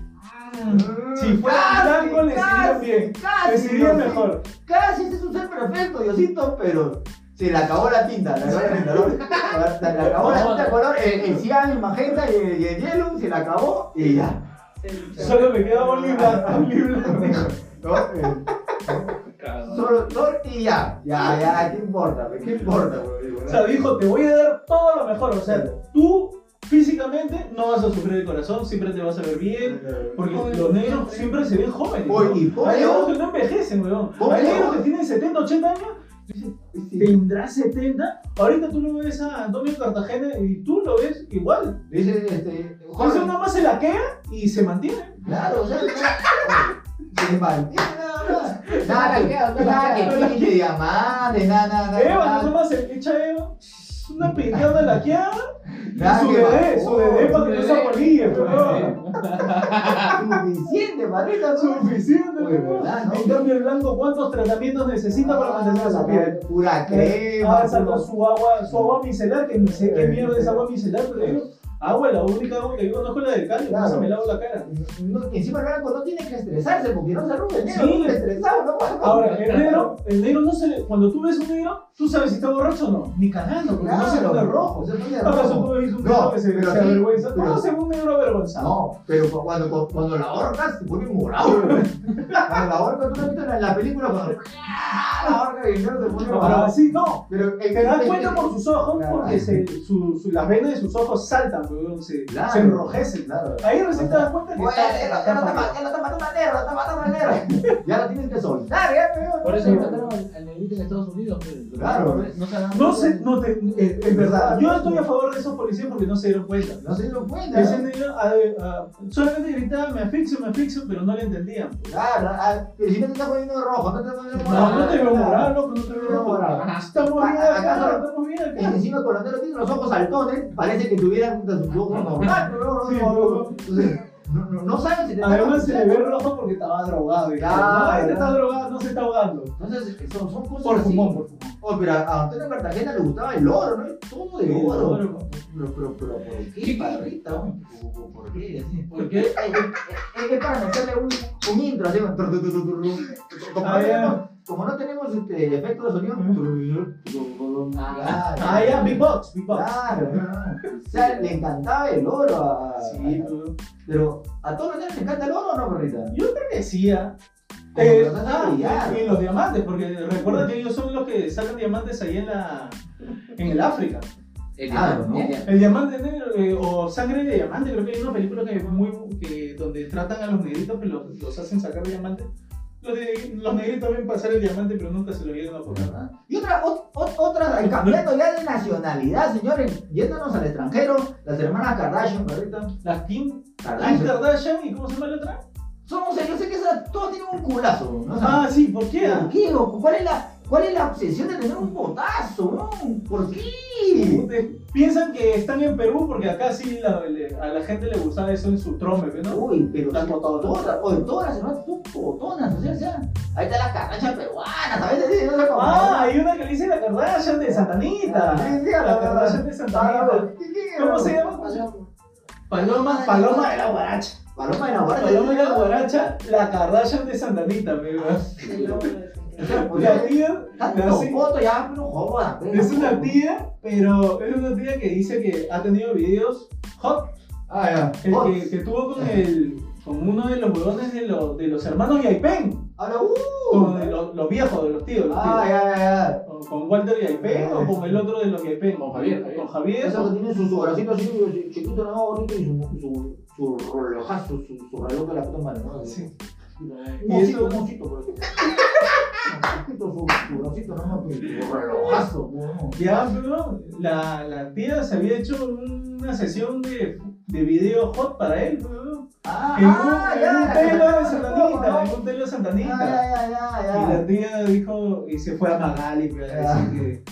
[SPEAKER 3] mm,
[SPEAKER 2] Mm,
[SPEAKER 3] Si fuera
[SPEAKER 2] casi,
[SPEAKER 3] blanco, le
[SPEAKER 2] casi,
[SPEAKER 3] sería bien.
[SPEAKER 2] Casi, este
[SPEAKER 3] Decidió
[SPEAKER 2] Diosito.
[SPEAKER 3] mejor.
[SPEAKER 2] Casi, ese es un ser perfecto, Diosito, pero. Se le acabó la tinta, le acabó la tinta, ¿no? Se le acabó la tinta color, eh, el, el cian, el magenta y el, y el yellow, se le acabó y ya.
[SPEAKER 3] Solo me queda Bolívar, Bolívar.
[SPEAKER 2] ¿no? Eh, Solo, solo y ya. Ya, ya, ¿qué importa? pe? ¿Qué importa? pe? Digo, ¿no?
[SPEAKER 3] O sea, dijo, te voy a dar todo lo mejor. O sea, tú físicamente no vas a sufrir el corazón, siempre te vas a ver bien. Porque
[SPEAKER 5] Oye,
[SPEAKER 3] los negros siempre se ven jóvenes.
[SPEAKER 2] Oye, y
[SPEAKER 3] ¿no? Hay negros
[SPEAKER 2] pollo,
[SPEAKER 3] que no envejecen, weón.
[SPEAKER 2] Pollo.
[SPEAKER 3] Hay negros que tienen 70, 80 años. tú dices,
[SPEAKER 2] sí,
[SPEAKER 3] ¿Tendrá 70? Ahorita tú lo ves a Antonio Cartagena y tú lo ves igual.
[SPEAKER 2] dice este.
[SPEAKER 3] Jorge
[SPEAKER 2] Jorge,
[SPEAKER 3] nada más se laquea y se mantiene.
[SPEAKER 2] Claro, o sea, no- se mantiene nada más. Nada que nada que pinche diamantes, nada, nada, nada,
[SPEAKER 3] Eva, nada
[SPEAKER 2] nada.
[SPEAKER 3] más se echa Eva. Una pintada una laqueada. y
[SPEAKER 2] Nada
[SPEAKER 3] su
[SPEAKER 2] que
[SPEAKER 3] bebé,
[SPEAKER 2] bajó.
[SPEAKER 3] su bebé para que no pues, se apolille,
[SPEAKER 2] pues.
[SPEAKER 3] weón.
[SPEAKER 2] Ah, Suficiente, manita, suficiente.
[SPEAKER 3] suficiente.
[SPEAKER 2] Oye,
[SPEAKER 3] ¿no?
[SPEAKER 2] ¿verdad, no?
[SPEAKER 3] En cambio, el blanco, ¿cuántos tratamientos necesita para mantener
[SPEAKER 2] Ah,
[SPEAKER 3] su piel? Eh, ah,
[SPEAKER 2] Pura crema.
[SPEAKER 3] Ahora saca
[SPEAKER 2] puro-
[SPEAKER 3] su agua, su agua micelar, que no sé qué
[SPEAKER 2] Eh,
[SPEAKER 3] mierda es agua micelar, pero digo, agua, la única agua que yo conozco es la del Cali,
[SPEAKER 2] Claro.
[SPEAKER 3] no se me lavo la cara.
[SPEAKER 2] No, encima el blanco no tiene que estresarse porque no se arruga el negro,
[SPEAKER 3] Sí.
[SPEAKER 2] no está estresado, no pasa nada.
[SPEAKER 3] Ahora, el negro, el negro no se le, cuando tú ves un negro, tú sabes si está borracho o no, ni cagando, porque no se
[SPEAKER 2] Claro,
[SPEAKER 3] pone rojo.
[SPEAKER 2] se pone
[SPEAKER 3] ¿Acaso tú
[SPEAKER 2] rojo.
[SPEAKER 3] ves un
[SPEAKER 2] No,
[SPEAKER 3] negro que se,
[SPEAKER 2] pero
[SPEAKER 3] se
[SPEAKER 2] sí,
[SPEAKER 3] avergüenza?
[SPEAKER 2] pero-
[SPEAKER 3] No, se ve un negro avergonzado.
[SPEAKER 2] No, pero cu- cuando, cu- cuando la horca se pone morado. güey. cuando la horca, tú no has visto la, la película cuando ¡ah! la horca y el negro se pone
[SPEAKER 3] Ahora
[SPEAKER 2] morado.
[SPEAKER 3] sí, no.
[SPEAKER 2] Pero el
[SPEAKER 3] Te das cuenta por sus ojos,
[SPEAKER 2] Claro.
[SPEAKER 3] porque se, su, su- las venas de sus ojos saltan, weón, se,
[SPEAKER 2] Claro.
[SPEAKER 3] se enrojecen.
[SPEAKER 2] Claro.
[SPEAKER 3] Ahí recién te das cuenta que
[SPEAKER 2] Oye,
[SPEAKER 3] está,
[SPEAKER 2] ya
[SPEAKER 3] está,
[SPEAKER 2] lo- ya lo
[SPEAKER 3] mal.
[SPEAKER 2] toma- ya lo toma, toma negro, toma, toma negro. Ya lo tienes que soltar, ya, pero-
[SPEAKER 4] Por eso encontraron al, al negrito en Estados Unidos. pues.
[SPEAKER 2] Claro.
[SPEAKER 4] No se dan
[SPEAKER 3] No sé, no te, eh, en verdad,
[SPEAKER 2] Exacto.
[SPEAKER 3] yo estoy a favor de esos policías porque no se dieron cuenta.
[SPEAKER 2] No se dieron cuenta.
[SPEAKER 3] Ese niño ah, eh, ah, solamente gritaba, me asfixio, me asfixio, pero no le entendían.
[SPEAKER 2] Claro, ah, pero si no te está poniendo rojo, no te está poniendo
[SPEAKER 3] No, no te veo
[SPEAKER 2] nada.
[SPEAKER 3] morar, loco, no te
[SPEAKER 2] No te
[SPEAKER 3] veo
[SPEAKER 2] veo
[SPEAKER 3] morar.
[SPEAKER 2] morado.
[SPEAKER 3] Estamos bien
[SPEAKER 2] Ah, acá
[SPEAKER 3] acá,
[SPEAKER 2] no.
[SPEAKER 3] estamos bien
[SPEAKER 2] Y
[SPEAKER 3] acá.
[SPEAKER 2] encima con los tiene los ojos saltones, parece que tuvieran un ojos normal, pero no, no,
[SPEAKER 3] Sí,
[SPEAKER 2] no,
[SPEAKER 3] loco.
[SPEAKER 2] Entonces, no, no, no saben si te están
[SPEAKER 3] Además se le ve rojo porque estaba drogado. y dije,
[SPEAKER 2] Claro.
[SPEAKER 3] No, este está drogado, no se está ahogando.
[SPEAKER 2] Entonces, son, son cosas
[SPEAKER 3] Por
[SPEAKER 2] así.
[SPEAKER 3] fumón, por fumón.
[SPEAKER 2] Oh, pero a a Antonio Cartagena le gustaba el oro, ¿no? Todo de
[SPEAKER 3] Sí,
[SPEAKER 2] oro.
[SPEAKER 3] oro, papá.
[SPEAKER 2] Pero, pero, pero, ¿por qué, parrita? güey? ¿Por- por- ¿Por qué? Así.
[SPEAKER 4] ¿Por qué?
[SPEAKER 2] Es que- Es que para meterle un, un intro, así, un tur, tur, tur, tur, tur. como, no
[SPEAKER 3] Ah, ya.
[SPEAKER 2] tenemos, como no tenemos este, efecto de sonido,
[SPEAKER 3] Ah.
[SPEAKER 2] tur, tur, tur,
[SPEAKER 4] Ah.
[SPEAKER 2] claro.
[SPEAKER 3] Ah, ya, Big Box, Big Box.
[SPEAKER 2] Claro, no, no. O sea, le encantaba el oro a.
[SPEAKER 3] Sí,
[SPEAKER 2] a-
[SPEAKER 3] pero-
[SPEAKER 2] Pero, ¿a todos los niños les encanta el oro o no, perrita?
[SPEAKER 3] yo creo que sí, ah.
[SPEAKER 2] Como
[SPEAKER 3] Eh,
[SPEAKER 2] que los hacen
[SPEAKER 3] ah,
[SPEAKER 2] brillar.
[SPEAKER 3] y los diamantes, porque recuerda que ellos son los que sacan diamantes ahí en la en el África.
[SPEAKER 4] El
[SPEAKER 2] Ah,
[SPEAKER 4] diablo,
[SPEAKER 2] ¿no?
[SPEAKER 4] el diablo.
[SPEAKER 3] El diamante negro eh, o sangre de diamante, creo que hay una película que es muy que donde tratan a los negritos que los, los hacen sacar diamantes. Los, de- los negritos ven pasar el diamante pero nunca se lo llegan a poner.
[SPEAKER 2] Y otra, ot- ot- otra, eh, cambiando ya de nacionalidad, señores, yéndonos al extranjero, las hermanas Kardashian, perrita.
[SPEAKER 3] Las Kim, Kim
[SPEAKER 2] Kardashian.
[SPEAKER 3] Kardashian y ¿cómo se llama la otra?
[SPEAKER 2] Somos, yo sé que esas, todas tienen un culazo, ¿no? O sea,
[SPEAKER 3] Ah, sí, ¿por qué?
[SPEAKER 2] ¿Por qué, loco? ¿Cuál es la, cuál es la obsesión de tener un botazo, no? ¿Por qué?
[SPEAKER 3] Piensan que están en Perú porque acá sí la- le- a la gente le gustaba eso en su trompe, ¿no?
[SPEAKER 2] Uy, pero
[SPEAKER 3] Las
[SPEAKER 2] sí,
[SPEAKER 3] botonas.
[SPEAKER 2] todas, oye, todas las hermanas son botonas, o sea, o sea, ahí están las carranchas peruanas, a veces dicen, no sé cómo.
[SPEAKER 3] Ah, hay una que le dice la Kardashian de Santanita.
[SPEAKER 2] Sí, sí, a la
[SPEAKER 3] la Kardashian de Santanita.
[SPEAKER 2] Paloma, ¿qué- qué?
[SPEAKER 3] ¿Cómo se llama? Paloma, Paloma de la Guaracha.
[SPEAKER 2] Paloma de la Guardia.
[SPEAKER 3] Paloma de la Guaracha, la Kardashian de Santanita, amigo.
[SPEAKER 2] O sea,
[SPEAKER 3] La tía, la
[SPEAKER 2] Tanto
[SPEAKER 3] sí-
[SPEAKER 2] foto ya, no joda.
[SPEAKER 3] es una tía, pero es una tía que dice que ha tenido videos hot,
[SPEAKER 2] Ah, ya.
[SPEAKER 3] el
[SPEAKER 2] Oh,
[SPEAKER 3] que, que tuvo con el con uno de los huevones de, los de los hermanos Yaipen,
[SPEAKER 2] Ahora, uh.
[SPEAKER 3] con de los, los viejos, de los tíos, los
[SPEAKER 2] Ah,
[SPEAKER 3] tíos.
[SPEAKER 2] ya, ya, ya.
[SPEAKER 3] Con, con Walter Yaipen o con el otro de los Yaipen,
[SPEAKER 4] Con Javier, Javier.
[SPEAKER 3] con Javier.
[SPEAKER 2] Eso que tiene su, su bracito así, chiquito, no, bonito, y su, su, su relojazo, su, su reloj de la puta madre, ¿no?
[SPEAKER 3] Sí.
[SPEAKER 2] Un
[SPEAKER 3] Y
[SPEAKER 2] osito,
[SPEAKER 3] eso-
[SPEAKER 2] un osito, por ejemplo. Un osito, su, su bracito, no, no, su relojazo, ¿no?
[SPEAKER 3] Ya, pero la, la tía se había hecho una sesión de, de video hot para él, pero
[SPEAKER 2] Ah,
[SPEAKER 3] En un,
[SPEAKER 2] ah,
[SPEAKER 3] en
[SPEAKER 2] ya,
[SPEAKER 3] un
[SPEAKER 2] la que
[SPEAKER 3] telo de
[SPEAKER 2] sacaba el juego,
[SPEAKER 3] Santanita,
[SPEAKER 2] ¿no?
[SPEAKER 3] en un telo de
[SPEAKER 2] Ah,
[SPEAKER 3] Santanita.
[SPEAKER 2] ya, ya, ya,
[SPEAKER 3] Y
[SPEAKER 2] ya.
[SPEAKER 3] la tía dijo, y se fue a Magali, pues, a
[SPEAKER 2] Ah.
[SPEAKER 3] decir que-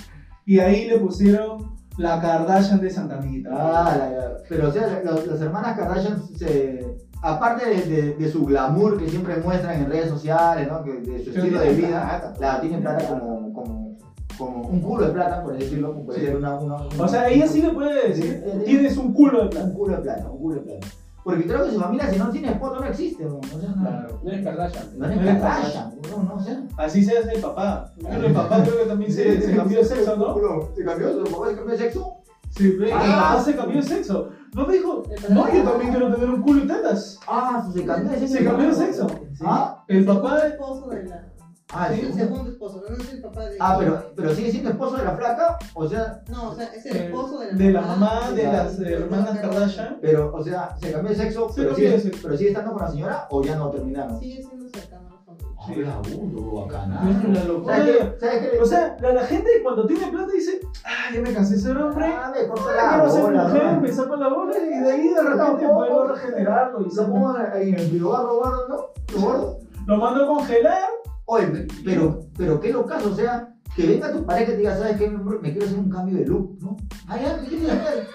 [SPEAKER 3] y ahí le pusieron la Kardashian de Santanita.
[SPEAKER 2] Ah, la- la- pero o sea, la- los- las hermanas Kardashian se, aparte de, de- de su glamour que siempre muestran en redes sociales, ¿no? que, de su
[SPEAKER 3] Pero
[SPEAKER 2] estilo de
[SPEAKER 3] tienen
[SPEAKER 2] vida,
[SPEAKER 3] plata.
[SPEAKER 2] la tienen plata como, como, como un culo de plata, por decirlo, como puede
[SPEAKER 3] Sí.
[SPEAKER 2] ser una, una-
[SPEAKER 3] o sea, ella sí le puede decir,
[SPEAKER 2] Sí.
[SPEAKER 3] tienes un culo de plata.
[SPEAKER 2] un culo de plata, un culo de plata. Porque creo que su familia, si no tiene foto, no existe, weón. O sea, no,
[SPEAKER 3] Claro.
[SPEAKER 4] No es Kardashian.
[SPEAKER 2] no es
[SPEAKER 3] No es
[SPEAKER 2] Kardashian, weón, no sé.
[SPEAKER 3] Así se hace el papá. Bueno, el papá creo que también se, se cambió de sexo, ¿no?
[SPEAKER 2] ¿Se cambió? ¿Su papá se cambió de sexo?
[SPEAKER 3] Sí, ve, el
[SPEAKER 2] Ah.
[SPEAKER 3] papá se cambió de sexo. No me dijo, no, yo también quiero tener un culo y tetas.
[SPEAKER 2] Ah, se cambió de sexo.
[SPEAKER 3] Se cambió de sexo.
[SPEAKER 2] Ah,
[SPEAKER 3] El papá
[SPEAKER 5] El esposo de la.
[SPEAKER 2] ah,
[SPEAKER 5] El
[SPEAKER 2] sí.
[SPEAKER 5] segundo esposo, no es el papá de.
[SPEAKER 2] Ah, pero, pero sigue siendo esposo de la flaca, o sea,
[SPEAKER 5] No, o sea, es el esposo de la.
[SPEAKER 3] Eh, de la
[SPEAKER 2] Ah,
[SPEAKER 3] mamá de
[SPEAKER 5] la-
[SPEAKER 3] las hermanas Kardashian.
[SPEAKER 2] pero, o sea, se cambió de sexo,
[SPEAKER 3] Se
[SPEAKER 2] pero,
[SPEAKER 3] cambió de
[SPEAKER 2] sigue,
[SPEAKER 3] sexo.
[SPEAKER 2] pero sigue estando con la señora o ya no terminaron.
[SPEAKER 5] Sigue siendo cercana a la familia.
[SPEAKER 3] Sí.
[SPEAKER 2] Hola, boludo,
[SPEAKER 3] Es
[SPEAKER 2] bacana.
[SPEAKER 3] una locura.
[SPEAKER 2] ¿Sabes qué? Pues, ¿Sabes qué?
[SPEAKER 3] O sea, la, la gente cuando tiene plata dice, ah, ya me cansé de ser hombre.
[SPEAKER 2] Ah, me corta la
[SPEAKER 3] Quiero ser
[SPEAKER 2] bola,
[SPEAKER 3] mujer,
[SPEAKER 2] ¿no?
[SPEAKER 3] me saco la bola y de ahí de repente
[SPEAKER 2] No,
[SPEAKER 3] vuelvo
[SPEAKER 2] no,
[SPEAKER 3] a regenerarlo y
[SPEAKER 2] Lo
[SPEAKER 3] saco-
[SPEAKER 2] pongo ahí en el frigobar, guardo, ¿no? Lo guardo.
[SPEAKER 3] lo mando a congelar.
[SPEAKER 2] Oye, pero, pero qué locazo, o sea, que venga tu pareja y te diga, ¿sabes qué? mi amor? Me quiero hacer un cambio de look, ¿no? Ay, ya, ¿qué quieres hacer?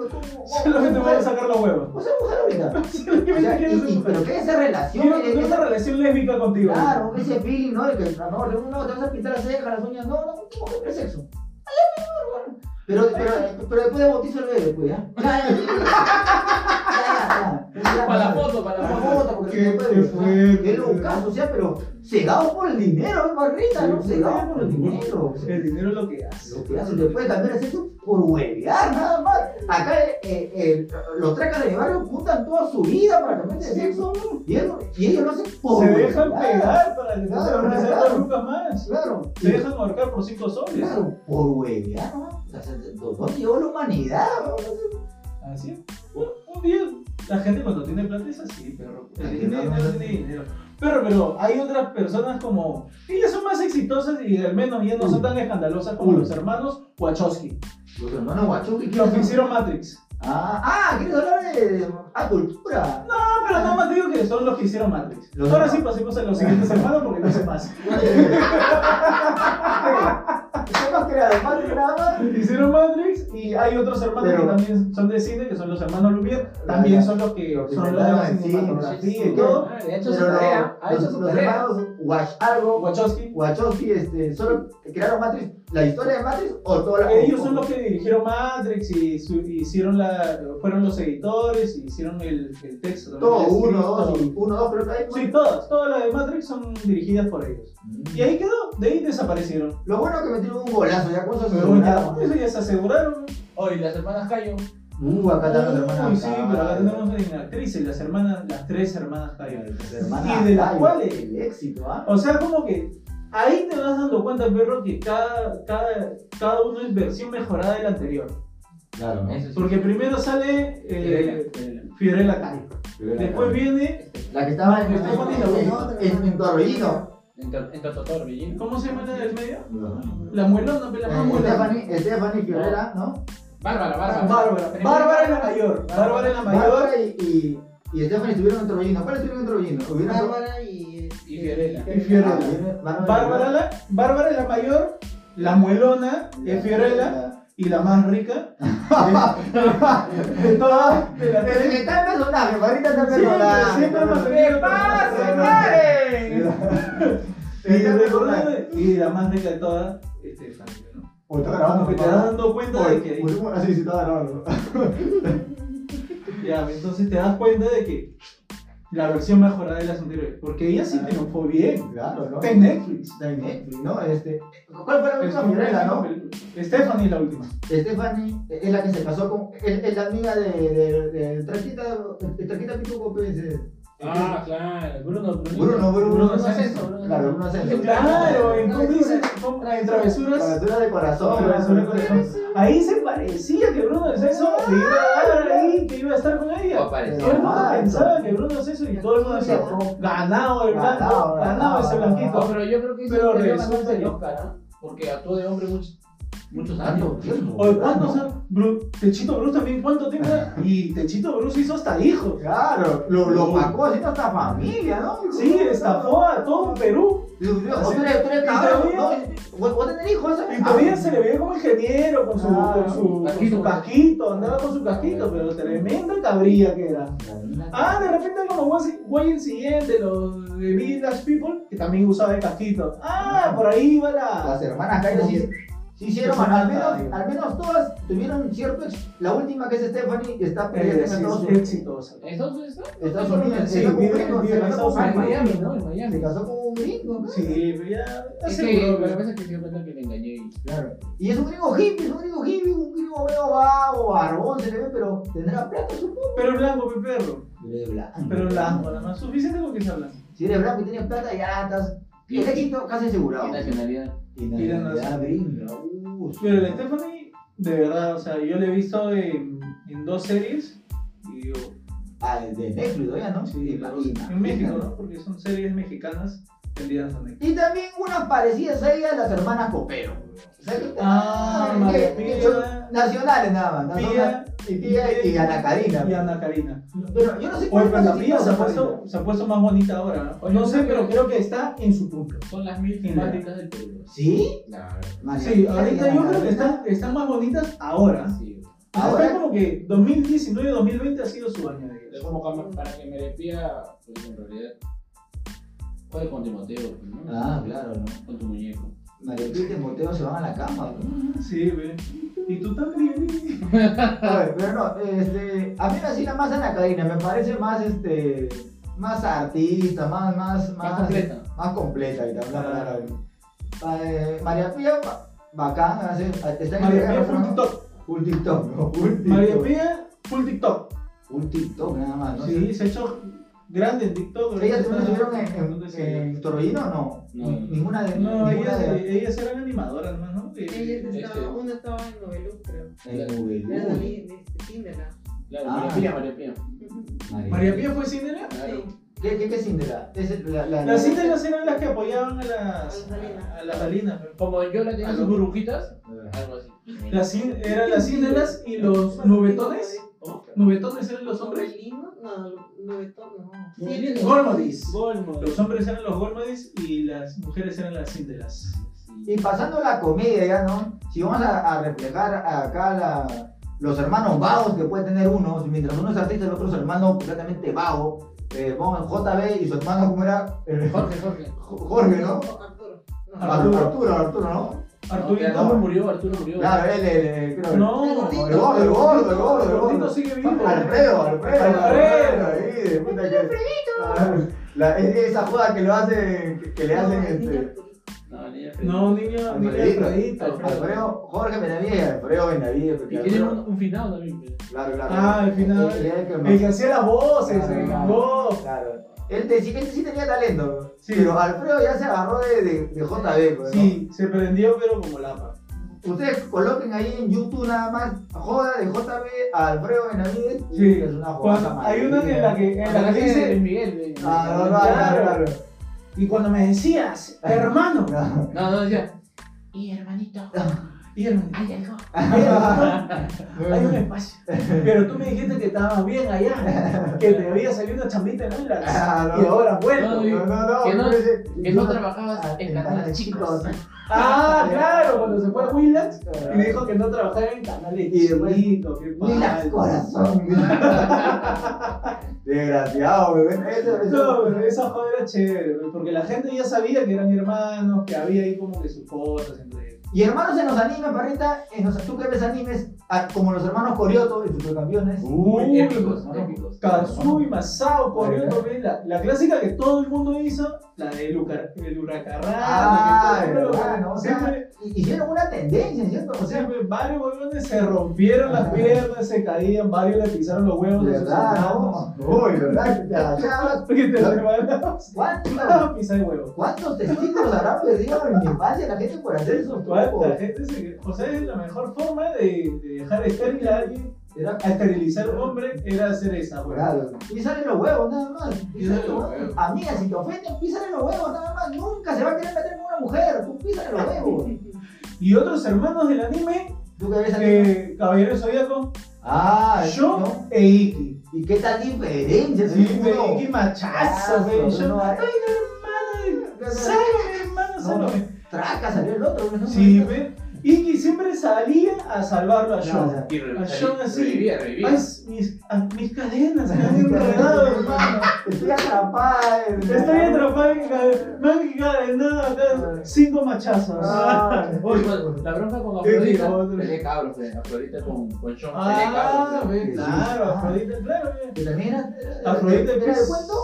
[SPEAKER 2] No, no, no,
[SPEAKER 3] Solamente voy a sacar la hueva.
[SPEAKER 2] O sea, mujer ahorita. O
[SPEAKER 3] Solamente
[SPEAKER 2] sea,
[SPEAKER 3] quiero
[SPEAKER 2] y-
[SPEAKER 3] ser
[SPEAKER 2] y- pero
[SPEAKER 3] mujer.
[SPEAKER 2] que esa relación,
[SPEAKER 3] Quiero
[SPEAKER 2] eh,
[SPEAKER 3] tener una
[SPEAKER 2] esa-
[SPEAKER 3] relación lésbica contigo.
[SPEAKER 2] claro, ese feeling, ¿no? De que, ah, no, no, no, te vas a pintar las cejas, las uñas, no, no, no, no, no, sexo. Ay, ya, mi amor, bueno. Pero, pero, pero después de bautizo el bebé, pues, ¿ya? Ya, ya, ya, ya, ya, ya.
[SPEAKER 4] Para la foto, para la
[SPEAKER 2] Ah,
[SPEAKER 4] foto.
[SPEAKER 2] puta, porque
[SPEAKER 3] Qué-
[SPEAKER 2] no puede, o sea,
[SPEAKER 3] pues. qué fuerte.
[SPEAKER 2] qué locazo, o sea, pero cegado por el dinero, es barrita, ¿no?
[SPEAKER 3] Sí, pues,
[SPEAKER 2] Cegado
[SPEAKER 3] sí.
[SPEAKER 2] por el dinero. o sea,
[SPEAKER 3] El dinero es lo que hace.
[SPEAKER 2] Lo que hace, le puede cambiar el sexo por huevear, nada más. Acá eh, eh, los tracas de mi barrio juntan toda su vida para cambiar de
[SPEAKER 3] Sí.
[SPEAKER 2] sexo y, ellos- y ellos lo hacen por
[SPEAKER 3] Se dejan
[SPEAKER 2] huevear.
[SPEAKER 3] pegar para que no te
[SPEAKER 2] Claro,
[SPEAKER 3] van a hacer
[SPEAKER 2] claro.
[SPEAKER 3] dos lucas más.
[SPEAKER 2] Claro,
[SPEAKER 3] Se dejan ahorcar por cinco soles.
[SPEAKER 2] claro, por huevear, ¿no? O sea, se- se- ¿Dónde llegó la humanidad? no?
[SPEAKER 3] Así es. Un, un día la gente cuando tiene plata es así, perro.
[SPEAKER 2] Ay,
[SPEAKER 3] El dinero
[SPEAKER 2] no, no, no.
[SPEAKER 3] tiene dinero. Pero, pero hay otras personas como. Ellas son más exitosas y al menos ellas no son tan escandalosas como
[SPEAKER 2] Uy.
[SPEAKER 3] los hermanos Wachowski,
[SPEAKER 2] Los hermanos Guachuki,
[SPEAKER 3] los que
[SPEAKER 2] ¿quieres?
[SPEAKER 3] hicieron Matrix.
[SPEAKER 2] Ah, ah, ¿quieres hablar de, de ah, cultura?
[SPEAKER 3] No, Ah, pero nada más digo que son los que hicieron Matrix.
[SPEAKER 2] Los
[SPEAKER 3] Ahora
[SPEAKER 2] demás.
[SPEAKER 3] sí pasemos a los siguientes hermanos porque no sé más.
[SPEAKER 2] ¿Qué más creado? ¿Más que nada más?
[SPEAKER 3] Hicieron Matrix y hay otros hermanos
[SPEAKER 2] Pero-
[SPEAKER 3] que también son de cine, que son los hermanos Lumière,
[SPEAKER 2] Ah,
[SPEAKER 3] también
[SPEAKER 2] ya.
[SPEAKER 3] son los que
[SPEAKER 2] Los que
[SPEAKER 3] son los de
[SPEAKER 2] inventaron
[SPEAKER 3] la
[SPEAKER 2] el cine,
[SPEAKER 3] cinematografía
[SPEAKER 2] sí,
[SPEAKER 3] y todo.
[SPEAKER 4] Madre, Ha hecho su
[SPEAKER 2] Pero
[SPEAKER 4] tarea. Ha
[SPEAKER 2] los,
[SPEAKER 4] hecho su
[SPEAKER 2] los
[SPEAKER 4] tarea.
[SPEAKER 2] hermanos Wash algo,
[SPEAKER 3] Wachowski.
[SPEAKER 2] Wachowski, este, solo crearon Matrix, la historia de Matrix o toda la
[SPEAKER 3] Ellos
[SPEAKER 2] o-
[SPEAKER 3] son los que dirigieron Matrix y su- y hicieron la, fueron los editores y hicieron el, el texto.
[SPEAKER 2] todo
[SPEAKER 3] también
[SPEAKER 2] uno,
[SPEAKER 3] escrito,
[SPEAKER 2] dos,
[SPEAKER 3] todo.
[SPEAKER 2] y uno, dos, creo que hay más.
[SPEAKER 3] Sí, todas, todas las de Matrix son dirigidas por ellos. Y ahí quedó, de ahí desaparecieron.
[SPEAKER 2] Mm. Lo bueno es que metieron un golazo, ya cosas
[SPEAKER 3] Pero ya, eso ya se aseguraron.
[SPEAKER 4] Oye, las hermanas Cayo.
[SPEAKER 2] Uh, acá están las
[SPEAKER 3] Uy,
[SPEAKER 2] hermanas.
[SPEAKER 3] sí, pero acá tenemos en actrices, las hermanas, las tres hermanas Taylor.
[SPEAKER 2] Las hermanas
[SPEAKER 3] Y de las
[SPEAKER 2] Cayo,
[SPEAKER 3] cuales-
[SPEAKER 2] El éxito, ¿ah?
[SPEAKER 3] O sea, como que ahí te vas dando cuenta, perro, que cada, cada, cada uno es versión mejorada del anterior.
[SPEAKER 2] Claro, ¿no?
[SPEAKER 4] Eso sí.
[SPEAKER 3] Porque primero sale eh,
[SPEAKER 4] Fiorella, Fiorella.
[SPEAKER 3] Fiorella Cayo. Después viene,
[SPEAKER 2] La que estaba en,
[SPEAKER 3] Está poniendo
[SPEAKER 5] uno.
[SPEAKER 2] en, en, en Torrellino.
[SPEAKER 4] En Tor- en ¿eh? Tototor, Villín.
[SPEAKER 3] ¿cómo se llama la del medio?
[SPEAKER 2] Eh,
[SPEAKER 3] La muelona, pero la más muelona.
[SPEAKER 2] Stephanie, eh, Stephanie Fiorella, ¿no?
[SPEAKER 4] Bárbara, Bárbara.
[SPEAKER 3] Bárbara, Bárbara es la mayor, Bárbara es la mayor.
[SPEAKER 2] Bárbara y, y, y Stephanie estuvieron en Torrellino. ¿Cuáles estuvieron en Torrellino? Hubieron- Ah,
[SPEAKER 5] Bárbara y.
[SPEAKER 4] Y Fiorella.
[SPEAKER 3] Y Fiorella.
[SPEAKER 2] Bárbara,
[SPEAKER 3] Bárbara, la, Bárbara es la mayor, la muelona es Fiorella y la más rica de, de todas de las tres.
[SPEAKER 2] Está el personaje, Marita está el
[SPEAKER 3] Siempre,
[SPEAKER 2] personaje.
[SPEAKER 3] siempre más
[SPEAKER 4] ¡Ah,
[SPEAKER 2] Está
[SPEAKER 4] señores!
[SPEAKER 3] Y,
[SPEAKER 2] el personaje.
[SPEAKER 3] recordando- y la más rica de todas, Stephanie, ¿no?
[SPEAKER 2] O está
[SPEAKER 3] Como que te vas
[SPEAKER 2] grabando.
[SPEAKER 3] dando cuenta de que.
[SPEAKER 2] Así se está grabando.
[SPEAKER 3] Ya, entonces te das cuenta de que la versión mejorada de las anteriores. Porque ella sí
[SPEAKER 2] Ah.
[SPEAKER 3] triunfó bien.
[SPEAKER 2] Claro, ¿no?
[SPEAKER 3] Está en Netflix.
[SPEAKER 2] Está en Netflix, ¿no? Este, ¿Cuál fue la última
[SPEAKER 3] Estuvo
[SPEAKER 2] Fiorella,
[SPEAKER 3] en
[SPEAKER 2] no?
[SPEAKER 3] Netflix. Stephanie es la última.
[SPEAKER 2] Stephanie es la que se casó con. Es, es la amiga de. de, de, de Traquita. de Traquita Pituco, pues. eh.
[SPEAKER 4] Ah, claro. Bruno, Bruno.
[SPEAKER 2] Bruno, Bruno,
[SPEAKER 4] Bruno
[SPEAKER 3] Bruno
[SPEAKER 4] Ascenso, Bruno
[SPEAKER 2] Claro, no sé.
[SPEAKER 3] Claro, en
[SPEAKER 5] Travesuras.
[SPEAKER 3] cómo dice, ¿Cómo? en travesuras.
[SPEAKER 2] Travesura de corazón.
[SPEAKER 3] Travesura de corazón. Ahí se parecía que Bruno de Sexo se iba a dar ahí, que iba a estar con
[SPEAKER 4] O
[SPEAKER 3] ella.
[SPEAKER 4] apareció.
[SPEAKER 3] Todo el mundo
[SPEAKER 2] Ah,
[SPEAKER 3] pensaba que Bruno de Sexo y todo el mundo decía, ganado el blanco,
[SPEAKER 2] Ganado,
[SPEAKER 3] ganado ese
[SPEAKER 2] ganado.
[SPEAKER 4] No,
[SPEAKER 3] blanquito.
[SPEAKER 4] pero yo creo que eso
[SPEAKER 3] Pero
[SPEAKER 4] debió
[SPEAKER 3] resulta
[SPEAKER 4] ganarse el
[SPEAKER 3] que-
[SPEAKER 4] Oscar, ¿ah? Porque actuó de hombre muchos, muchos años.
[SPEAKER 2] Tanto tiempo.
[SPEAKER 3] O cuántos, Bru- Techito Bruce también, ¿cuánto tiempo? Y Techito Bruce hizo hasta hijos.
[SPEAKER 2] Claro, lo, lo pagó haciendo hasta familia, ¿no?
[SPEAKER 3] Sí, estafó a todo Perú.
[SPEAKER 2] Digo, digo, Tú eres, tú eres cabrón, ¿no? Vos vos tenés hijos, eh? Ah, ¿sabes?
[SPEAKER 3] Y todavía se le veía como ingeniero con su,
[SPEAKER 2] Claro.
[SPEAKER 3] Ah. con su, con
[SPEAKER 4] Casquito.
[SPEAKER 3] su casquito, pues. andaba con su casquito, pero tremenda cabrilla que era. Ah, de repente como Guay Guay el siguiente, los de Village People, que también usaba el casquito. Ah, por ahí va la...
[SPEAKER 2] Las hermanas Cayo sí, Sí hicieron,
[SPEAKER 3] Pues,
[SPEAKER 2] al
[SPEAKER 3] nada,
[SPEAKER 2] menos,
[SPEAKER 3] digo.
[SPEAKER 2] al menos todas tuvieron cierto... ex- La última que es Stephanie está
[SPEAKER 3] Eh,
[SPEAKER 2] peleando en
[SPEAKER 3] sí,
[SPEAKER 2] Estados
[SPEAKER 3] es
[SPEAKER 2] Unidos.
[SPEAKER 3] exitosa.
[SPEAKER 4] Estados Unidos.
[SPEAKER 2] Estados Unidos, se
[SPEAKER 3] Sí,
[SPEAKER 2] casó con un
[SPEAKER 3] vive-
[SPEAKER 2] gringo,
[SPEAKER 3] vive
[SPEAKER 2] se
[SPEAKER 3] en
[SPEAKER 2] casó
[SPEAKER 3] Estados
[SPEAKER 2] con
[SPEAKER 4] Ah, en
[SPEAKER 2] un
[SPEAKER 4] Miami,
[SPEAKER 2] gringo.
[SPEAKER 4] ¿no? En Miami.
[SPEAKER 2] Se casó con un gringo, ¿no?
[SPEAKER 3] Sí, pero ya
[SPEAKER 4] Es que
[SPEAKER 3] aseguró,
[SPEAKER 4] lo que
[SPEAKER 3] ¿no?
[SPEAKER 4] pasa es que se dio cuenta que le engañé y.
[SPEAKER 2] Claro. Y es un gringo hippie, es un gringo hippie, un gringo medio vago, barbón, se le ve, pero tendrá plata, supongo.
[SPEAKER 3] Pero blanco, mi perro.
[SPEAKER 2] Pero es blanco.
[SPEAKER 3] Pero blanco, nada más. Suficiente con que sea blanco.
[SPEAKER 2] Si eres blanco y tienes plata, ya estás. El éxito casi asegurado.
[SPEAKER 4] ¿Qué nacionalidad?
[SPEAKER 2] Y
[SPEAKER 3] Y la nacionalidad.
[SPEAKER 2] gringa, uh,
[SPEAKER 3] Pero este- la Stephanie, de verdad, o sea, yo la he visto en, en dos series. Y digo,
[SPEAKER 2] Ah, de Netflix todavía, ¿no?
[SPEAKER 3] sí, dos-
[SPEAKER 2] imagina.
[SPEAKER 3] en México, ¿no? Porque son series mexicanas vendidas a México.
[SPEAKER 2] Y también unas parecidas a ellas, las hermanas Copero. O sea, que-
[SPEAKER 3] Ah,
[SPEAKER 2] que-
[SPEAKER 3] María
[SPEAKER 2] que
[SPEAKER 3] Pía.
[SPEAKER 2] son Nacionales nada más. ¿no?
[SPEAKER 3] Pía
[SPEAKER 2] y Pía y Ana Karina.
[SPEAKER 3] Y Ana Karina.
[SPEAKER 2] Pero yo no sé
[SPEAKER 3] Oye, pero la
[SPEAKER 2] es
[SPEAKER 3] Pía se ha,
[SPEAKER 2] Ana
[SPEAKER 3] puesto, se ha puesto más bonita ahora. ¿no?
[SPEAKER 4] Oye,
[SPEAKER 3] no sé,
[SPEAKER 4] creo que-
[SPEAKER 3] pero creo que está en su punto.
[SPEAKER 4] Son las mil temáticas del Perú.
[SPEAKER 2] Karina. ¿Sí?
[SPEAKER 4] Claro.
[SPEAKER 2] María
[SPEAKER 3] Sí,
[SPEAKER 2] Pía y
[SPEAKER 3] ahorita
[SPEAKER 2] Ana
[SPEAKER 3] yo creo que
[SPEAKER 2] Karina.
[SPEAKER 3] están, están más bonitas ahora.
[SPEAKER 4] Sí.
[SPEAKER 2] Ahora-
[SPEAKER 3] Ahora es como que 2019-2020 ha sido su año de
[SPEAKER 4] Es
[SPEAKER 3] ellas.
[SPEAKER 4] como que para que Merepía, pues en realidad. Juegue con Timoteo, ¿no?
[SPEAKER 2] Ah, claro, ¿no?
[SPEAKER 4] Con tu muñeco.
[SPEAKER 2] María Pía y Timoteo se van a la cama, ¿no?
[SPEAKER 3] Sí, ve. Y tú también.
[SPEAKER 2] A ver, pero no, este, a mí me hacía más Ana Karina, me parece más, este, más artista, más, más,
[SPEAKER 4] Más
[SPEAKER 2] más,
[SPEAKER 4] completa.
[SPEAKER 2] más completa, ahí está, la
[SPEAKER 3] Ah.
[SPEAKER 2] palabra. Eh, María Pía, ba- bacán, hace, ah, está en
[SPEAKER 3] María Pía
[SPEAKER 2] Instagram,
[SPEAKER 3] fue
[SPEAKER 2] ¿no?
[SPEAKER 3] un TikTok.
[SPEAKER 2] Un TikTok, ¿no? Un
[SPEAKER 3] María
[SPEAKER 2] TikTok.
[SPEAKER 3] Pía, full TikTok.
[SPEAKER 2] Un TikTok, nada más, ¿no?
[SPEAKER 3] Sí, se ha hecho grande en TikTok.
[SPEAKER 2] ¿Ellas
[SPEAKER 3] Ahorita
[SPEAKER 2] también
[SPEAKER 3] está-
[SPEAKER 2] estuvieron en,
[SPEAKER 3] ¿dónde
[SPEAKER 2] en,
[SPEAKER 3] se-
[SPEAKER 2] en Torbellino o no?
[SPEAKER 4] No.
[SPEAKER 2] Ninguna de...
[SPEAKER 3] No,
[SPEAKER 2] ninguna
[SPEAKER 3] ellas,
[SPEAKER 2] de...
[SPEAKER 3] ellas eran animadoras, ¿no? ¿no? Eh,
[SPEAKER 5] Ellas
[SPEAKER 4] Este.
[SPEAKER 5] estaban, una estaba en Novelú, creo.
[SPEAKER 3] Uh.
[SPEAKER 2] En
[SPEAKER 5] Era de
[SPEAKER 2] Ubelú.
[SPEAKER 5] ahí, de este, Cinderella.
[SPEAKER 4] Claro,
[SPEAKER 2] Ah.
[SPEAKER 4] María Pía, María Pía.
[SPEAKER 3] María Pía fue Cinderella.
[SPEAKER 4] Claro.
[SPEAKER 5] Sí.
[SPEAKER 2] ¿Qué, qué, qué Cinderella? Es el- la, la,
[SPEAKER 3] Las Cinderellas eran las que apoyaban a las
[SPEAKER 5] A las Salinas.
[SPEAKER 3] a las Salinas. pero-
[SPEAKER 4] Como yo la tenía
[SPEAKER 3] Ah,
[SPEAKER 4] sus
[SPEAKER 3] no.
[SPEAKER 4] burbujitas, algo así.
[SPEAKER 3] Las cin- eran las Cinderellas y los nubetones.
[SPEAKER 4] ¿Cómo?
[SPEAKER 3] Nubetones eran los hombres.
[SPEAKER 5] ¿Novelino? No, Novetón, no.
[SPEAKER 4] No,
[SPEAKER 5] Sí,
[SPEAKER 4] no.
[SPEAKER 3] Gormodis.
[SPEAKER 4] Golmo.
[SPEAKER 3] Los hombres eran los Gormodis y las mujeres eran las Cinderellas.
[SPEAKER 2] Y pasando a la comedia ya, ¿no? Si vamos a, a reflejar acá la- los hermanos vagos que puede tener uno, si mientras uno es artista, el otro es hermano completamente vago. Eh, vamos, JB y su hermano, ¿cómo era? Eh,
[SPEAKER 4] Jorge, Jorge.
[SPEAKER 2] Jorge, ¿no?
[SPEAKER 5] Arturo. No.
[SPEAKER 2] Arturo,
[SPEAKER 3] Arturo.
[SPEAKER 2] Arturo, Arturo, ¿no?
[SPEAKER 4] Arturo
[SPEAKER 3] Arturito.
[SPEAKER 4] murió, Arturo murió.
[SPEAKER 2] Claro, él, él, él, creo.
[SPEAKER 3] No,
[SPEAKER 5] El
[SPEAKER 2] el gordo, el gordo, el gordo, el
[SPEAKER 3] Arturito
[SPEAKER 2] gordo.
[SPEAKER 3] sigue vivo.
[SPEAKER 2] Alfredo, Alfredo,
[SPEAKER 3] Alfredo.
[SPEAKER 2] ahí, de puta que- Ah, la- e- esa joda que lo hacen, que, que le hacen
[SPEAKER 5] el niño
[SPEAKER 2] este.
[SPEAKER 5] Arturito.
[SPEAKER 4] No, niña.
[SPEAKER 3] No, niño, niño
[SPEAKER 2] Alfredito.
[SPEAKER 3] Alfredito.
[SPEAKER 2] Alfredo, Jorge Benavides, y Alfredo Benavides. porque
[SPEAKER 4] Y tiene
[SPEAKER 2] Alfredo-
[SPEAKER 4] un, un finado también. pero-
[SPEAKER 2] Claro, claro.
[SPEAKER 3] Ah, al final.
[SPEAKER 2] Él, era el que
[SPEAKER 3] El
[SPEAKER 2] más-
[SPEAKER 3] que hacía las voces,
[SPEAKER 2] Ah, Claro,
[SPEAKER 3] el
[SPEAKER 2] claro.
[SPEAKER 3] voz.
[SPEAKER 2] claro. Él, te- sí- él sí tenía talento.
[SPEAKER 3] Sí.
[SPEAKER 2] Pero Alfredo ya se agarró de, de, de JB. pues, ¿no?
[SPEAKER 3] Sí, se prendió, pero como lapa.
[SPEAKER 2] Ustedes coloquen ahí en YouTube nada más joda de JB a Alfredo Benavides.
[SPEAKER 3] Sí.
[SPEAKER 2] Uy, Es una jodada
[SPEAKER 3] Cuando- hay una en la que, en
[SPEAKER 4] Ah,
[SPEAKER 3] la
[SPEAKER 4] ese
[SPEAKER 3] que
[SPEAKER 4] de Luis
[SPEAKER 3] dice,
[SPEAKER 4] Miguel. de-
[SPEAKER 2] Ah, no, no, claro, claro.
[SPEAKER 3] y cuando me decías, hermano,
[SPEAKER 2] No.
[SPEAKER 4] No, no, decía. Y hermanito,
[SPEAKER 3] y hermano,
[SPEAKER 4] hay algo.
[SPEAKER 3] hay un espacio. Pero tú me dijiste que estabas bien allá, que te había salido una chambita en Ulas.
[SPEAKER 2] Ah, no.
[SPEAKER 3] Y ahora vuelvo.
[SPEAKER 4] No, y-
[SPEAKER 2] No, no, no.
[SPEAKER 4] que no-
[SPEAKER 2] pero ese-
[SPEAKER 4] Que no
[SPEAKER 2] Ah,
[SPEAKER 4] trabajabas en canales chicos.
[SPEAKER 3] Ah, claro, cuando se fue a Willas y dijo que no trabajaba en canales.
[SPEAKER 2] Y después,
[SPEAKER 3] Chico, qué
[SPEAKER 2] Ni las
[SPEAKER 3] mal.
[SPEAKER 2] corazón. Desgraciado, güey. Eso, eso.
[SPEAKER 3] No, pero esa joda era chévere, güey, porque la gente ya sabía que eran hermanos, que había ahí como que sus cosas entre ellos.
[SPEAKER 2] Y hermanos en los animes, parrita, en los, tú que ves animes, ah, como los hermanos Corioto en Supercampeones.
[SPEAKER 3] Uy,
[SPEAKER 4] épicos,
[SPEAKER 3] los
[SPEAKER 4] épicos.
[SPEAKER 3] Katsui, Masao,
[SPEAKER 2] ¿Verdad?
[SPEAKER 3] Corioto, ve, la, la clásica que todo el mundo hizo, la del Lucar, el huracarrado,
[SPEAKER 2] Ah,
[SPEAKER 3] que todo el mundo-
[SPEAKER 2] ¿verdad? No, o sea,
[SPEAKER 3] siempre,
[SPEAKER 2] Hicieron una tendencia, ¿cierto? O sea,
[SPEAKER 3] siempre varios huevones se rompieron las
[SPEAKER 2] Ajá.
[SPEAKER 3] piernas, se caían, varios le pisaron los huevos a sus
[SPEAKER 2] ¿verdad?
[SPEAKER 3] hermanos.
[SPEAKER 2] no? Uy, ¿verdad? Que te agachabas.
[SPEAKER 3] Porque te
[SPEAKER 2] Claro.
[SPEAKER 3] hermanos
[SPEAKER 2] ¿Cuántos,
[SPEAKER 3] pisar huevos.
[SPEAKER 2] ¿Cuántos testículos habrá perdido en mi infancia la gente por hacer esos
[SPEAKER 3] La
[SPEAKER 2] trucos?
[SPEAKER 3] gente se... O sea, es la mejor forma de, de dejar estéril a alguien
[SPEAKER 2] Era
[SPEAKER 3] a esterilizar un hombre era hacer esa, güey.
[SPEAKER 2] Claro. Písale los huevos, nada más. Písale
[SPEAKER 4] Písale
[SPEAKER 2] los
[SPEAKER 4] los
[SPEAKER 2] huevos.
[SPEAKER 4] huevos.
[SPEAKER 2] Amiga, si te ofenden, písale los huevos, nada más. Nunca se va a querer meter con una mujer. Tú písale los huevos.
[SPEAKER 3] Y otros hermanos del anime,
[SPEAKER 2] ¿Tú qué ves aquí?
[SPEAKER 3] eh, Caballero Zodíaco,
[SPEAKER 2] Ah,
[SPEAKER 3] Yo
[SPEAKER 2] ¿no?
[SPEAKER 3] e Iki.
[SPEAKER 2] ¿Y qué tal diferencia?
[SPEAKER 3] Sí,
[SPEAKER 2] Sí,
[SPEAKER 3] güey,
[SPEAKER 2] uno-
[SPEAKER 3] Iki machazo,
[SPEAKER 2] Ah,
[SPEAKER 3] güey.
[SPEAKER 2] no, no,
[SPEAKER 3] Yo,
[SPEAKER 2] no.
[SPEAKER 3] ay, no, hermano,
[SPEAKER 2] No, no.
[SPEAKER 3] Sálvame, hermano,
[SPEAKER 2] No,
[SPEAKER 3] sálvame.
[SPEAKER 2] Traca, salió el otro. ¿no?
[SPEAKER 3] Sí, ve. Iggy siempre salía a salvarlo a
[SPEAKER 2] No,
[SPEAKER 3] Sean.
[SPEAKER 2] o sea,
[SPEAKER 4] Y
[SPEAKER 3] A Sean así.
[SPEAKER 4] revivía, revivía.
[SPEAKER 3] Ay, mis, a- mis cadenas me han enredado, hermano.
[SPEAKER 2] Estoy atrapada. en-
[SPEAKER 3] Estoy atrapado en cadena. Me han encadenado acá. Cinco machazos.
[SPEAKER 2] Ah,
[SPEAKER 4] Oye, bueno, la bronca con
[SPEAKER 3] Qué
[SPEAKER 4] Afrodita,
[SPEAKER 3] joder.
[SPEAKER 4] peleé cabros, eh, Afrodita con, con Sean, peleé
[SPEAKER 3] Ah,
[SPEAKER 4] cabros. eh.
[SPEAKER 3] ve, claro, Afrodita, claro. ve.
[SPEAKER 2] Que también era- era.
[SPEAKER 3] Afrodita,
[SPEAKER 2] ¿Era de
[SPEAKER 3] pues,
[SPEAKER 2] cuento?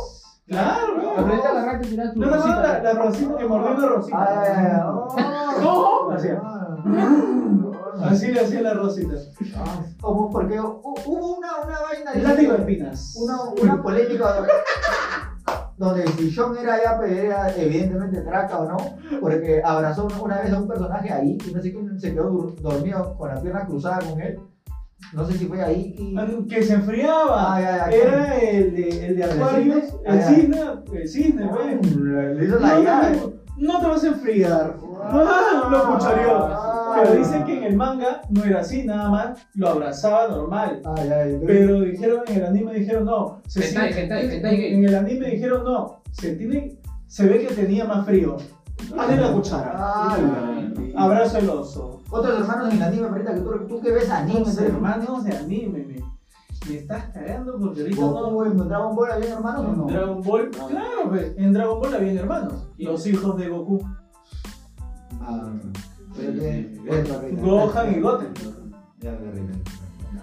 [SPEAKER 3] Claro, ve.
[SPEAKER 4] Afrodita agarraste y tiraste tu
[SPEAKER 3] ¿No te acuerdas
[SPEAKER 4] rosita,
[SPEAKER 3] la, la rosita que mordió una rosita?
[SPEAKER 2] Ah,
[SPEAKER 3] ¿Cómo?
[SPEAKER 2] ah,
[SPEAKER 3] Hacía.
[SPEAKER 2] ah.
[SPEAKER 3] Así le hacía la rosita.
[SPEAKER 2] Ah, Como porque hu- hubo una, una vaina.
[SPEAKER 3] El látigo de espinas.
[SPEAKER 2] una, una polémica donde- donde si John era ya pues, era evidentemente traca o no, porque abrazó una, una vez a un personaje ahí y no sé quién se quedó dur- dormido con la pierna cruzada con él. No sé si fue ahí y.
[SPEAKER 3] Que se enfriaba.
[SPEAKER 2] Ah, ya, ya,
[SPEAKER 3] Ah, Era el de, el de Acuarios,
[SPEAKER 2] cisne?
[SPEAKER 3] el
[SPEAKER 2] Ah, ya.
[SPEAKER 3] cisne, el cisne, ve.
[SPEAKER 2] Le hizo
[SPEAKER 3] No,
[SPEAKER 2] la llave.
[SPEAKER 3] no, no te vas a enfriar. Ah, lo cuchareó.
[SPEAKER 2] Ah.
[SPEAKER 3] Pero dicen que en el manga no era así, nada más lo abrazaba normal.
[SPEAKER 2] Ay, ay, entonces-
[SPEAKER 3] Pero dijeron, en el anime dijeron no. Se
[SPEAKER 4] Hentai,
[SPEAKER 3] siente-
[SPEAKER 4] hentai, hentai gay.
[SPEAKER 3] En el anime dijeron no. Se, tiene, se ve que tenía más frío. Hazle la cuchara.
[SPEAKER 4] Ah,
[SPEAKER 2] Ay, ay.
[SPEAKER 3] Abrazo el oso.
[SPEAKER 2] Otros hermanos en el anime, ahorita que tú, tú que ves anime,
[SPEAKER 3] Los
[SPEAKER 2] entonces,
[SPEAKER 3] hermanos de anime, me, me estás cagando porque ahorita no.
[SPEAKER 2] Goku en Dragon Ball había hermanos o
[SPEAKER 3] En
[SPEAKER 2] no?
[SPEAKER 3] Dragon Ball,
[SPEAKER 4] No.
[SPEAKER 3] claro, pues, en Dragon Ball habían hermanos. Los hijos de Goku,
[SPEAKER 2] Ah,
[SPEAKER 4] Sí, sí, sí.
[SPEAKER 3] Gohan y Goten.
[SPEAKER 2] Ya me arruiné.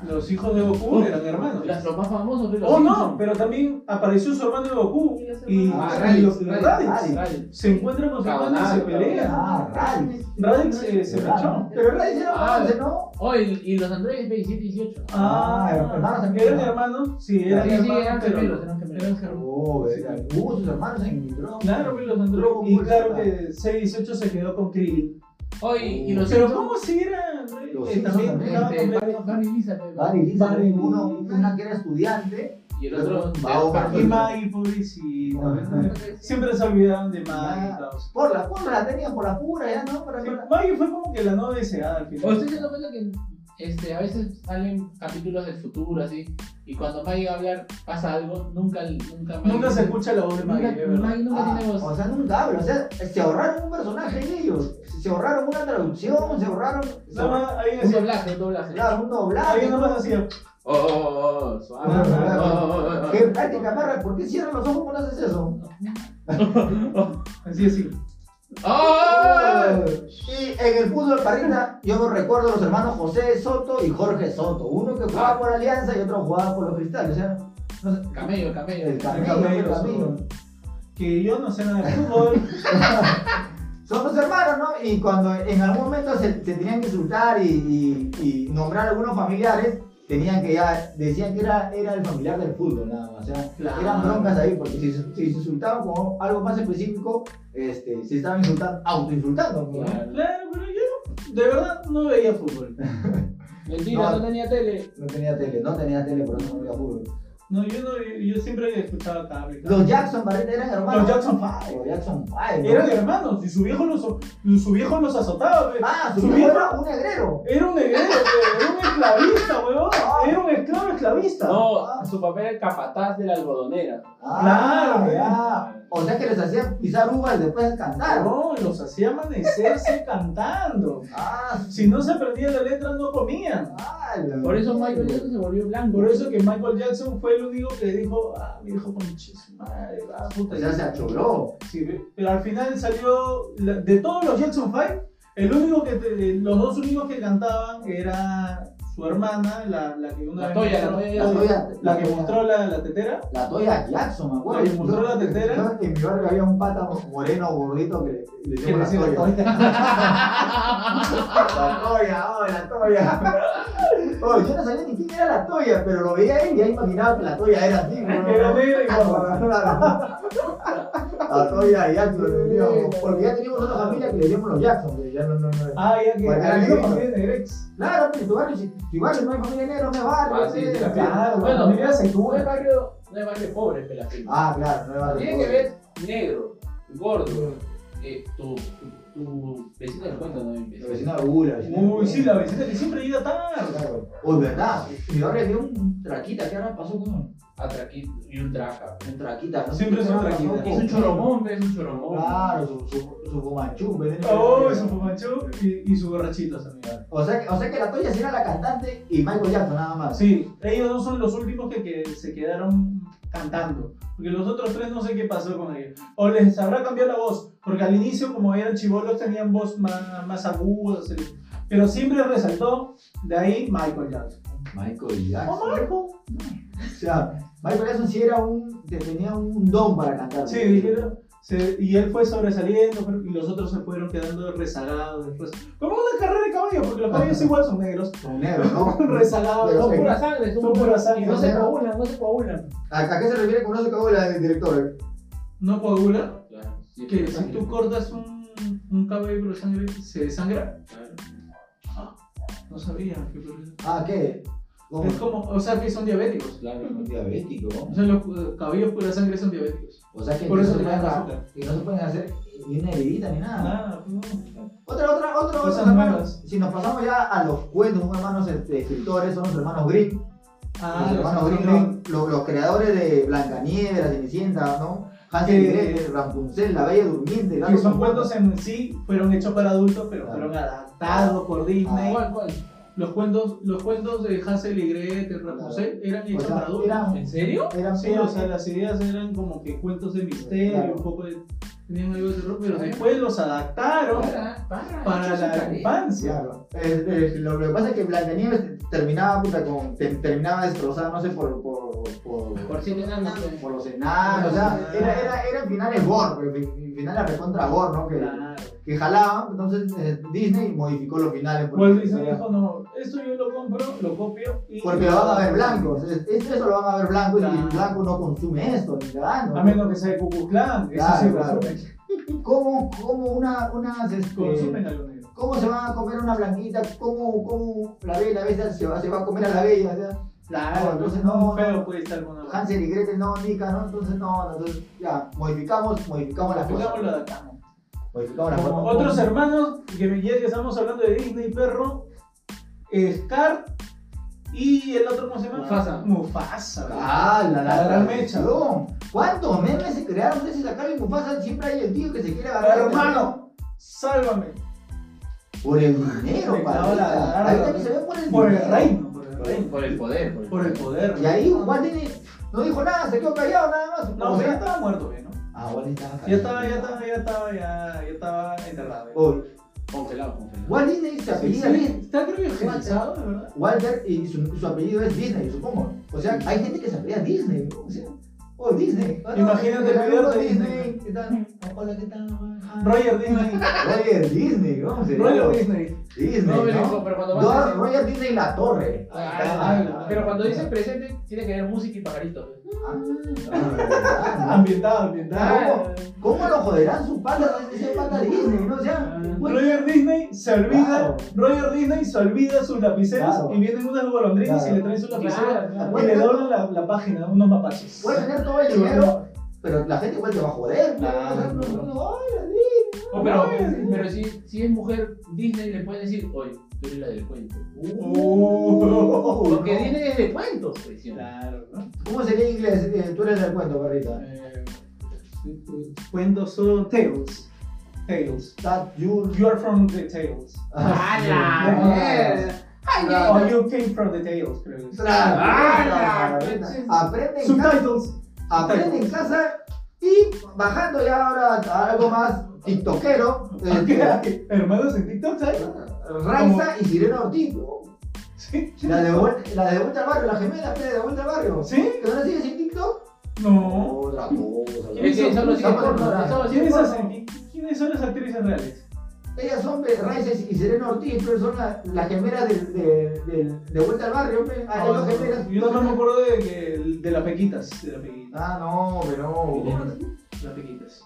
[SPEAKER 3] Los hijos de Goku eran hermanos.
[SPEAKER 4] Las- Los más famosos de los
[SPEAKER 3] Oh no,
[SPEAKER 4] Simpson.
[SPEAKER 3] pero también apareció su hermano de Goku
[SPEAKER 5] Y los
[SPEAKER 3] y,
[SPEAKER 5] hermanos.
[SPEAKER 4] Ah,
[SPEAKER 3] y
[SPEAKER 4] Raditz,
[SPEAKER 3] los-
[SPEAKER 4] Raditz,
[SPEAKER 3] Raditz.
[SPEAKER 2] Raditz.
[SPEAKER 4] Raditz.
[SPEAKER 3] se encuentran con su hermano y se
[SPEAKER 4] Cabonazo,
[SPEAKER 3] pelean.
[SPEAKER 2] Ah, Raditz.
[SPEAKER 3] Raditz eh, se
[SPEAKER 2] Raditz.
[SPEAKER 3] marchó.
[SPEAKER 2] Pero Raditz era
[SPEAKER 4] Ah,
[SPEAKER 2] avance, ¿no?
[SPEAKER 4] Oh, y, y los Andrés 27 y 18.
[SPEAKER 3] Ah,
[SPEAKER 2] eran
[SPEAKER 4] pues,
[SPEAKER 2] hermanos también.
[SPEAKER 3] eran hermanos, sí, eran
[SPEAKER 4] Sí, sí,
[SPEAKER 3] hermanos,
[SPEAKER 4] eran
[SPEAKER 3] pero
[SPEAKER 4] gemelos, eran gemelos.
[SPEAKER 3] eran gemelos.
[SPEAKER 2] Oh,
[SPEAKER 3] Sí.
[SPEAKER 2] era- Hubo sus hermanos en Dragon
[SPEAKER 3] Claro, pues, los Andrés.
[SPEAKER 2] Luego,
[SPEAKER 3] Y
[SPEAKER 2] pues,
[SPEAKER 4] ah.
[SPEAKER 3] claro
[SPEAKER 2] está.
[SPEAKER 3] que 618 se quedó con Krillin.
[SPEAKER 4] Oh, y, y los
[SPEAKER 3] Pero
[SPEAKER 4] Simpson.
[SPEAKER 3] ¿cómo si era?
[SPEAKER 2] Los
[SPEAKER 3] Eh,
[SPEAKER 2] Simpson
[SPEAKER 3] también
[SPEAKER 2] también,
[SPEAKER 3] estaba
[SPEAKER 4] Este,
[SPEAKER 3] con
[SPEAKER 4] Barney- Barney Lisa, pe,
[SPEAKER 2] Barry y Lisa,
[SPEAKER 3] Barry y-
[SPEAKER 2] uno, una que era estudiante.
[SPEAKER 4] Y el otro. este,
[SPEAKER 2] Bao, Barney.
[SPEAKER 3] Y Maggie, pobrecita.
[SPEAKER 2] Ajá.
[SPEAKER 3] eh, Siempre se olvidaban de Maggie. y todo.
[SPEAKER 2] Por la, por la tenían, por la pura, ya, ¿no? Para, para-
[SPEAKER 3] Maggie fue como que la no deseada al
[SPEAKER 4] ¿O
[SPEAKER 3] final.
[SPEAKER 4] ustedes se dan cuenta que este, a veces salen capítulos del futuro así? Y cuando Maggie va a hablar, pasa algo, nunca, nunca Maggie-
[SPEAKER 3] Nunca se escucha la voz de Maggie,
[SPEAKER 4] Nunca,
[SPEAKER 3] de verdad.
[SPEAKER 4] Maggie nunca
[SPEAKER 2] Ah,
[SPEAKER 4] tiene voz.
[SPEAKER 2] o sea, nunca habla. O sea, se ahorraron un personaje ellos. Se ahorraron una traducción, se ahorraron. se
[SPEAKER 3] Nada
[SPEAKER 2] ahorraron-
[SPEAKER 3] más ahí
[SPEAKER 4] un
[SPEAKER 3] decía,
[SPEAKER 4] doblaje, un doblaje.
[SPEAKER 2] claro, un doblaje.
[SPEAKER 3] ahí nada más hacía.
[SPEAKER 4] Oh, oh, oh, oh, suave.
[SPEAKER 3] Ah,
[SPEAKER 4] Oh,
[SPEAKER 2] claro.
[SPEAKER 4] oh, oh, oh.
[SPEAKER 2] Qué práctica, Marra. ¿Por qué cierran los ojos cuando haces eso?
[SPEAKER 3] Así, así.
[SPEAKER 4] Oh, oh, oh.
[SPEAKER 2] Y en el fútbol parrita, yo recuerdo a los hermanos José Soto y Jorge Soto. Uno que jugaba por Alianza y otro jugaba por los Cristales. O sea, no sé,
[SPEAKER 4] Camello, camello.
[SPEAKER 2] el
[SPEAKER 3] El
[SPEAKER 2] camino, el
[SPEAKER 3] cabello,
[SPEAKER 2] camino.
[SPEAKER 3] su- Que yo no sé nada de fútbol.
[SPEAKER 2] Son los hermanos, ¿no? Y cuando en algún momento se, se tenían que insultar y, y- y nombrar algunos familiares, tenían que ya, decían que era, era el familiar del fútbol, nada más. O sea,
[SPEAKER 3] Claro.
[SPEAKER 2] eran broncas ahí, porque si, si se insultaban con algo más específico, este, se estaban insultando, autoinsultando. ¿no?
[SPEAKER 3] Claro, pero yo de verdad no veía fútbol.
[SPEAKER 4] Mentira, no tenía tele.
[SPEAKER 2] No tenía tele, no tenía tele, por eso no veía fútbol.
[SPEAKER 3] No, yo no, yo siempre escuchaba cable. cable.
[SPEAKER 2] Los Jackson, Barreta, eran hermanos.
[SPEAKER 3] Los Jackson Five.
[SPEAKER 2] Los Jackson Five, ¿no?
[SPEAKER 3] Eran hermanos y su viejo los, su viejo los azotaba. pues. pe.
[SPEAKER 2] Ah, su
[SPEAKER 3] Su
[SPEAKER 2] viejo
[SPEAKER 3] viejo-
[SPEAKER 2] era un negrero.
[SPEAKER 3] Era un negrero, pe, era un esclavista, weón. Era un esclavo esclavista.
[SPEAKER 4] No, su papel era capataz de la algodonera.
[SPEAKER 2] Ah,
[SPEAKER 3] Claro,
[SPEAKER 2] ya. O sea que les hacían pisar uvas y después cantar.
[SPEAKER 3] Ah, No, los hacía amanecerse cantando.
[SPEAKER 2] Ah,
[SPEAKER 3] Si no se aprendía la letra, no comían.
[SPEAKER 2] Ala.
[SPEAKER 4] Por eso Michael Jackson se volvió blanco.
[SPEAKER 3] Por eso que Michael Jackson fue el único que dijo, ah, mi hijo conche su madre, ah, puta.
[SPEAKER 2] O sea, se achoró.
[SPEAKER 3] Sí, ve- pero al final salió, la- de todos los Jackson Five, el único que, te- eh, los dos únicos que cantaban era su hermana, la, la que una
[SPEAKER 4] La
[SPEAKER 3] vez
[SPEAKER 4] Toya,
[SPEAKER 3] mostró-
[SPEAKER 4] la
[SPEAKER 2] La toya,
[SPEAKER 3] la que mostró la, la tetera.
[SPEAKER 2] La toya Jackson, me acuerdo.
[SPEAKER 3] La que mostró la tetera.
[SPEAKER 2] Yo- En mi barrio había un pata moreno gordito que le- le
[SPEAKER 3] Que
[SPEAKER 2] decíamos la
[SPEAKER 3] decía la
[SPEAKER 2] toya. La toya, oh, la toya. Oh, yo no sabía ni quién era la toya, pero lo veía él y ya imaginaba que la toya era así. ¿no?
[SPEAKER 3] Era negra y guapa.
[SPEAKER 2] La toya Jackson, Dios mío. Porque ya teníamos otra familia que le decíamos los Jackson, que ya no, no, no.
[SPEAKER 3] Ah, ya que
[SPEAKER 2] Bueno,
[SPEAKER 3] ah,
[SPEAKER 2] era
[SPEAKER 3] que
[SPEAKER 2] negro.
[SPEAKER 3] tiene Nerex.
[SPEAKER 2] Claro, pero tu barrio, si, tu barrio no hay familia negra, no hay barrio.
[SPEAKER 4] Ah, sí,
[SPEAKER 2] ¿sí?
[SPEAKER 4] sí, la
[SPEAKER 2] claro,
[SPEAKER 3] Bueno,
[SPEAKER 4] Bueno,
[SPEAKER 3] mira, se
[SPEAKER 4] No
[SPEAKER 3] tuvo.
[SPEAKER 4] es barrio, no es barrio pobre, es la
[SPEAKER 2] Ah, claro, no hay barrio.
[SPEAKER 4] Tiene que ver negro, gordo, eh, tu, tu Tu vecina lo cuenta, ¿no?
[SPEAKER 2] La vecina dura.
[SPEAKER 3] Uy, sí, la vecina que siempre llega tarde.
[SPEAKER 2] Claro. Uy, ¿verdad? Mi barrio había un traquita, ¿qué ahora pasó con
[SPEAKER 4] Atraquí y un traca.
[SPEAKER 2] un traquita? No
[SPEAKER 3] Siempre
[SPEAKER 2] sé
[SPEAKER 3] es un
[SPEAKER 2] qué habrá pasado
[SPEAKER 3] traquita.
[SPEAKER 4] Es
[SPEAKER 2] con-
[SPEAKER 4] un choromón, es un choromón.
[SPEAKER 3] Ah,
[SPEAKER 2] Claro, su, su, su fumachú, ¿ves?
[SPEAKER 3] Oh, su pomacho y, y sus borrachitos, amiga.
[SPEAKER 2] O sea, que- o sea que la Toya sí era la cantante y Michael Jackson nada más.
[SPEAKER 3] Sí, ellos dos son los últimos que, que se quedaron cantando. Porque los otros tres no sé qué pasó con ellos. O les habrá cambiado la voz. Porque al inicio, como eran chivolos, tenían voz más, más aguda. se les- Pero siempre resaltó de ahí Michael Jackson.
[SPEAKER 2] Michael
[SPEAKER 3] ¡Oh,
[SPEAKER 2] Jackson.
[SPEAKER 3] Michael!
[SPEAKER 2] O sea, Michael Jackson sí era un, te- tenía un don para cantar.
[SPEAKER 3] Sí, dijeron. se- y él fue sobresaliendo pero- y los otros se fueron quedando rezagados. res- como una carrera de caballos, porque los caballos igual son negros.
[SPEAKER 2] Son negros, ¿no?
[SPEAKER 3] Rezagados.
[SPEAKER 2] Pero
[SPEAKER 3] son
[SPEAKER 2] se-
[SPEAKER 3] puras-
[SPEAKER 4] pura sangre,
[SPEAKER 3] Son pura sangre.
[SPEAKER 4] Y no se coagulan, no se coagulan.
[SPEAKER 2] ¿A, a qué se refiere con no se cagó la el director?
[SPEAKER 3] No coagula.
[SPEAKER 4] Claro, sí,
[SPEAKER 3] Que
[SPEAKER 4] es
[SPEAKER 3] si
[SPEAKER 4] sangre.
[SPEAKER 3] tú cortas un, un cabello por la sangre, se desangra.
[SPEAKER 4] Claro.
[SPEAKER 3] No sabía. que por eso-
[SPEAKER 2] Ah, ¿qué? ¿Cómo?
[SPEAKER 3] Es como, o sea, que son diabéticos.
[SPEAKER 4] Claro.
[SPEAKER 2] Diabético.
[SPEAKER 3] O sea, los eh, cabellos por la sangre son diabéticos.
[SPEAKER 2] O sea que
[SPEAKER 3] Por
[SPEAKER 2] no
[SPEAKER 3] eso
[SPEAKER 2] se
[SPEAKER 3] le
[SPEAKER 2] pueden
[SPEAKER 3] dan
[SPEAKER 2] hacer-
[SPEAKER 3] azúcar.
[SPEAKER 2] que no se pueden hacer ni una heridita ni nada.
[SPEAKER 3] Ah, no.
[SPEAKER 2] Otra, otra, otra,
[SPEAKER 3] Cosas
[SPEAKER 2] otra, hermano.
[SPEAKER 3] nuevas.
[SPEAKER 2] Si nos pasamos ya a los cuentos, unos hermanos este, escritores, son los hermanos Grimm.
[SPEAKER 3] Ah,
[SPEAKER 2] los hermanos Grimm,
[SPEAKER 3] Grimm.
[SPEAKER 2] los, los- los creadores de Blancanieves, la Cenicienta, ¿no? Hansel y
[SPEAKER 3] Que-
[SPEAKER 2] Gretel, Rampunzel, la Bella Durmiente,
[SPEAKER 3] Eh, Que
[SPEAKER 2] Gato
[SPEAKER 3] son
[SPEAKER 2] con
[SPEAKER 3] cuentos en sí, fueron hechos para adultos, pero
[SPEAKER 2] Claro.
[SPEAKER 3] fueron adaptados por Disney.
[SPEAKER 4] ¿Cuál, cuál?
[SPEAKER 3] Los cuentos, los cuentos de Hansel y Gretel, Rapunzel, eran
[SPEAKER 2] O
[SPEAKER 3] hechos
[SPEAKER 2] sea,
[SPEAKER 3] para adultos.
[SPEAKER 2] eran-
[SPEAKER 4] ¿En serio?
[SPEAKER 2] eran
[SPEAKER 3] Sí, o sea, las ideas eran como que cuentos de misterio,
[SPEAKER 2] Claro.
[SPEAKER 3] un poco de... Tenían algo de terror, pero
[SPEAKER 4] Claro.
[SPEAKER 3] después los adaptaron
[SPEAKER 4] Para, para.
[SPEAKER 3] para
[SPEAKER 4] Yo
[SPEAKER 3] la
[SPEAKER 4] sacaré.
[SPEAKER 3] infancia.
[SPEAKER 2] Claro. Eh, eh, lo, lo que pasa es que Blancanieves terminaba, puta, con, te- terminaba destrozada, no sé, por, por, por,
[SPEAKER 4] Por
[SPEAKER 2] por,
[SPEAKER 4] siete años. pues.
[SPEAKER 2] los enanos, o sea, era, era, eran finales gore, pues, fin- finales recontra gore, ¿no? Que,
[SPEAKER 3] Claro.
[SPEAKER 2] que jalaban, entonces eh, Disney modificó los finales. porque-
[SPEAKER 3] Walt Disney Pues dijo, no, esto yo lo compro, lo copio y...
[SPEAKER 2] Porque lo van a ver blancos. es- es- Eso lo van a ver blanco y
[SPEAKER 3] Claro.
[SPEAKER 2] el blanco no consume esto, ni cagando.
[SPEAKER 3] A menos que sea de Ku Klux Klan, eso
[SPEAKER 2] Claro,
[SPEAKER 3] sí
[SPEAKER 2] claro.
[SPEAKER 3] consumen,
[SPEAKER 2] ¿Cómo, cómo una, unas, este,
[SPEAKER 3] consumen algo negro.
[SPEAKER 2] ¿Cómo se va a comer una blanquita? ¿Cómo, cómo la bella la bestia se va, se va a comer a la bella? O sea,
[SPEAKER 3] Claro,
[SPEAKER 2] entonces
[SPEAKER 3] entonces
[SPEAKER 2] no,
[SPEAKER 3] no, feo puede estar con una...
[SPEAKER 2] Hansel y Gretel no, Nika, ¿no? Entonces no, no, entonces ya, modificamos, modificamos las cosas.
[SPEAKER 3] Digamos, lo adaptamos.
[SPEAKER 2] Modificamos las cosas.
[SPEAKER 3] Otros hermanos, que ya que estamos hablando de Disney, perro, Scar y el otro, ¿cómo se llama?
[SPEAKER 4] Mufasa.
[SPEAKER 3] Mufasa.
[SPEAKER 2] Ah, la, la,
[SPEAKER 3] La gran
[SPEAKER 2] tradición. ¿Cuántos memes se crearon de ese sacar y Mufasa? Siempre hay el tío que se quiere agarrar.
[SPEAKER 3] Pero, hermano, sálvame.
[SPEAKER 2] Por el dinero,
[SPEAKER 3] Le clava la
[SPEAKER 2] para
[SPEAKER 3] garra.
[SPEAKER 2] Ahí también se ve por el
[SPEAKER 3] Por el
[SPEAKER 2] dinero.
[SPEAKER 3] reino, por el reino.
[SPEAKER 4] Por el poder. Por el
[SPEAKER 3] Por el poder.
[SPEAKER 2] Y ahí Walt Disney no dijo nada, se quedó callado nada más.
[SPEAKER 3] No,
[SPEAKER 2] O
[SPEAKER 3] pero ya
[SPEAKER 2] sea,
[SPEAKER 3] estaba muerto, güey, ¿no?
[SPEAKER 2] ah, Walt Disney estaba
[SPEAKER 3] Ya
[SPEAKER 2] callado.
[SPEAKER 3] estaba, ya estaba, ya estaba, ya, ya estaba enterrado. güey.
[SPEAKER 2] Oh,
[SPEAKER 4] Congelado, congelado.
[SPEAKER 2] Walt Disney se
[SPEAKER 3] Sí,
[SPEAKER 2] apellida
[SPEAKER 3] sí,
[SPEAKER 2] Disney.
[SPEAKER 3] está criogenizado, de verdad.
[SPEAKER 2] Walter y su, su apellido es Disney, supongo. O sea, hay gente que se apellida Disney. ¿no? O sea, oh, Disney. Ah, no,
[SPEAKER 3] Imagínate
[SPEAKER 2] el
[SPEAKER 3] pelearte
[SPEAKER 2] amigo
[SPEAKER 3] Disney.
[SPEAKER 2] ¿Qué tal? Hola, ¿qué tal? Ah,
[SPEAKER 3] Roger Disney.
[SPEAKER 2] Roger Disney, ¿cómo se
[SPEAKER 3] Roger
[SPEAKER 2] llama?
[SPEAKER 3] Disney.
[SPEAKER 2] Disney,
[SPEAKER 4] No, pero,
[SPEAKER 2] ¿no?
[SPEAKER 4] pero cuando vas a
[SPEAKER 2] Dor-
[SPEAKER 4] decir-
[SPEAKER 2] Roger Disney La Torre.
[SPEAKER 4] Ah,
[SPEAKER 3] Ah,
[SPEAKER 4] ah, Pero cuando dice presente, tiene que haber música y pajarito. pues.
[SPEAKER 2] Ah,
[SPEAKER 3] Ambientado, ambientado.
[SPEAKER 4] Ah,
[SPEAKER 2] ¿Cómo, ¿Cómo lo joderán su pata? Ese pata Disney, ¿no? O sea,
[SPEAKER 4] Ah.
[SPEAKER 2] güey,
[SPEAKER 3] Roger Disney se olvida,
[SPEAKER 2] Claro.
[SPEAKER 3] Roger Disney se olvida sus lapiceros
[SPEAKER 2] Claro.
[SPEAKER 3] y vienen unas golondrinas
[SPEAKER 2] Claro.
[SPEAKER 3] y le traen sus lapiceros
[SPEAKER 4] Claro,
[SPEAKER 3] y le doblan la, la página, unos mapaches.
[SPEAKER 2] puede tener todo el dinero, pero la gente igual te va a joder. ¿no?
[SPEAKER 4] Ah,
[SPEAKER 3] Claro.
[SPEAKER 2] O sea, no, no, no, hola, Disney.
[SPEAKER 4] Oh, pero pero si, si es mujer, Disney le puede decir, oye, tú eres la del cuento.
[SPEAKER 3] Uh.
[SPEAKER 4] Porque Disney es de cuentos, pues, ¿sí?
[SPEAKER 3] Claro, ¿no?
[SPEAKER 2] ¿Cómo sería en inglés? Eh, Tú eres del cuento, perrita.
[SPEAKER 3] Eh, Cuentos son tales. Tales.
[SPEAKER 2] That you...
[SPEAKER 3] You are from the tales.
[SPEAKER 4] ¡Hala!
[SPEAKER 2] mierda!
[SPEAKER 4] Ay,
[SPEAKER 2] Claro.
[SPEAKER 3] Or Oh, you came from the tales, creo. que es.
[SPEAKER 4] ¡Hala!
[SPEAKER 2] Aprende en casa,
[SPEAKER 3] Subtitles.
[SPEAKER 2] aprende en casa y bajando ya ahora a algo más tiktokero, este,
[SPEAKER 3] Hermanos en TikTok, ¿sabes?
[SPEAKER 2] Raiza y Sirena Ortiz. ¿no?
[SPEAKER 3] Sí.
[SPEAKER 2] La de, vuelta, la de vuelta al barrio, la gemela pues, de vuelta al barrio.
[SPEAKER 3] ¿Sí?
[SPEAKER 2] ¿Que no la sigues en TikTok?
[SPEAKER 3] No.
[SPEAKER 2] Otra cosa.
[SPEAKER 4] Es que solo sigue
[SPEAKER 2] Estamos
[SPEAKER 4] porno,
[SPEAKER 2] ignorando.
[SPEAKER 4] solo sigue
[SPEAKER 3] ¿Quiénes,
[SPEAKER 4] porno.
[SPEAKER 3] hacen- ¿Quiénes son las actrices reales?
[SPEAKER 2] Ellas son pues, Raiza y Serena Ortiz, pero son la- las gemelas de, de, de, de vuelta al barrio. pues. Ah,
[SPEAKER 3] No,
[SPEAKER 2] las dos gemelas.
[SPEAKER 3] yo no me acuerdo de, que- de las pequitas. De las pequitas.
[SPEAKER 2] Ah, no, pero.
[SPEAKER 3] Las pequitas.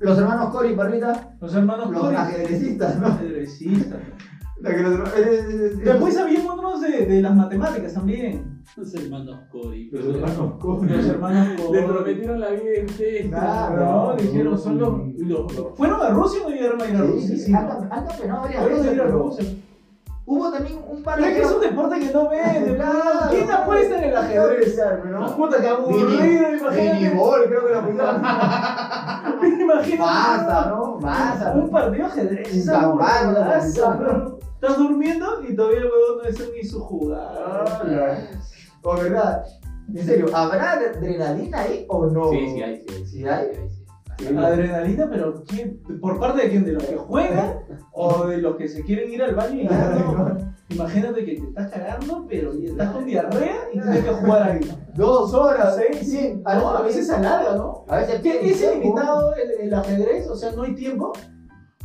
[SPEAKER 2] Los hermanos Cory, parrita,
[SPEAKER 3] Los hermanos
[SPEAKER 2] los
[SPEAKER 3] Cory.
[SPEAKER 2] ajedrecistas, ¿no?
[SPEAKER 3] Ajedrecistas.
[SPEAKER 2] La que nos- eh, eh, eh,
[SPEAKER 3] Después sabíamos de, de las matemáticas también.
[SPEAKER 1] Los hermanos Cody.
[SPEAKER 2] Los
[SPEAKER 3] eh,
[SPEAKER 2] hermanos
[SPEAKER 3] Los
[SPEAKER 2] Cohen.
[SPEAKER 3] hermanos
[SPEAKER 1] Le
[SPEAKER 3] Cohen.
[SPEAKER 1] prometieron la vida entera.
[SPEAKER 3] Claro, dijeron, son los, los- los- ¿Fueron a Rusia o no llegaron a ir a Rusia?
[SPEAKER 2] Sí,
[SPEAKER 3] Sí,
[SPEAKER 2] sí,
[SPEAKER 3] ¿no?
[SPEAKER 2] anda- anda, pero no varias
[SPEAKER 3] Fueron a
[SPEAKER 2] veces,
[SPEAKER 3] ir a
[SPEAKER 2] pero
[SPEAKER 3] Rusia.
[SPEAKER 2] Hubo también un par
[SPEAKER 3] Pero
[SPEAKER 2] de.
[SPEAKER 3] es que es un deporte que no vende.
[SPEAKER 2] Claro.
[SPEAKER 3] ¿Quién apuesta en el ajedrez?
[SPEAKER 2] ¿no?
[SPEAKER 3] Puta, que aburrido,
[SPEAKER 2] Mini-
[SPEAKER 3] imagínate.
[SPEAKER 2] Minibol, creo que lo apuntaron.
[SPEAKER 3] Imagínate.
[SPEAKER 2] Masa, ¿no? Masa.
[SPEAKER 3] Un partido de ajedrez.
[SPEAKER 2] Un
[SPEAKER 3] esa
[SPEAKER 2] gambán, una
[SPEAKER 3] burrada,
[SPEAKER 2] cosa.
[SPEAKER 3] bro. Estás durmiendo y todavía el huevón no es ni su jugada.
[SPEAKER 2] Hola. O verdad. En serio, ¿habrá adrenalina ahí o no?
[SPEAKER 1] Sí, sí, hay, sí, hay.
[SPEAKER 2] ¿Sí hay?
[SPEAKER 1] Sí, sí.
[SPEAKER 2] Sí.
[SPEAKER 3] Adrenalina, pero ¿quién? ¿Por parte de quién? ¿De los que juegan o de los que se quieren ir al baño y ya no? Imagínate que te estás cagando, pero estás con diarrea y tienes que jugar ahí.
[SPEAKER 2] Dos horas, ¿eh?
[SPEAKER 3] Sí,
[SPEAKER 2] Sí,
[SPEAKER 3] no, a veces se alarga, ¿no?
[SPEAKER 2] A veces
[SPEAKER 3] ¿Qué- ¿Es ilimitado el, el ajedrez? O sea, no hay tiempo.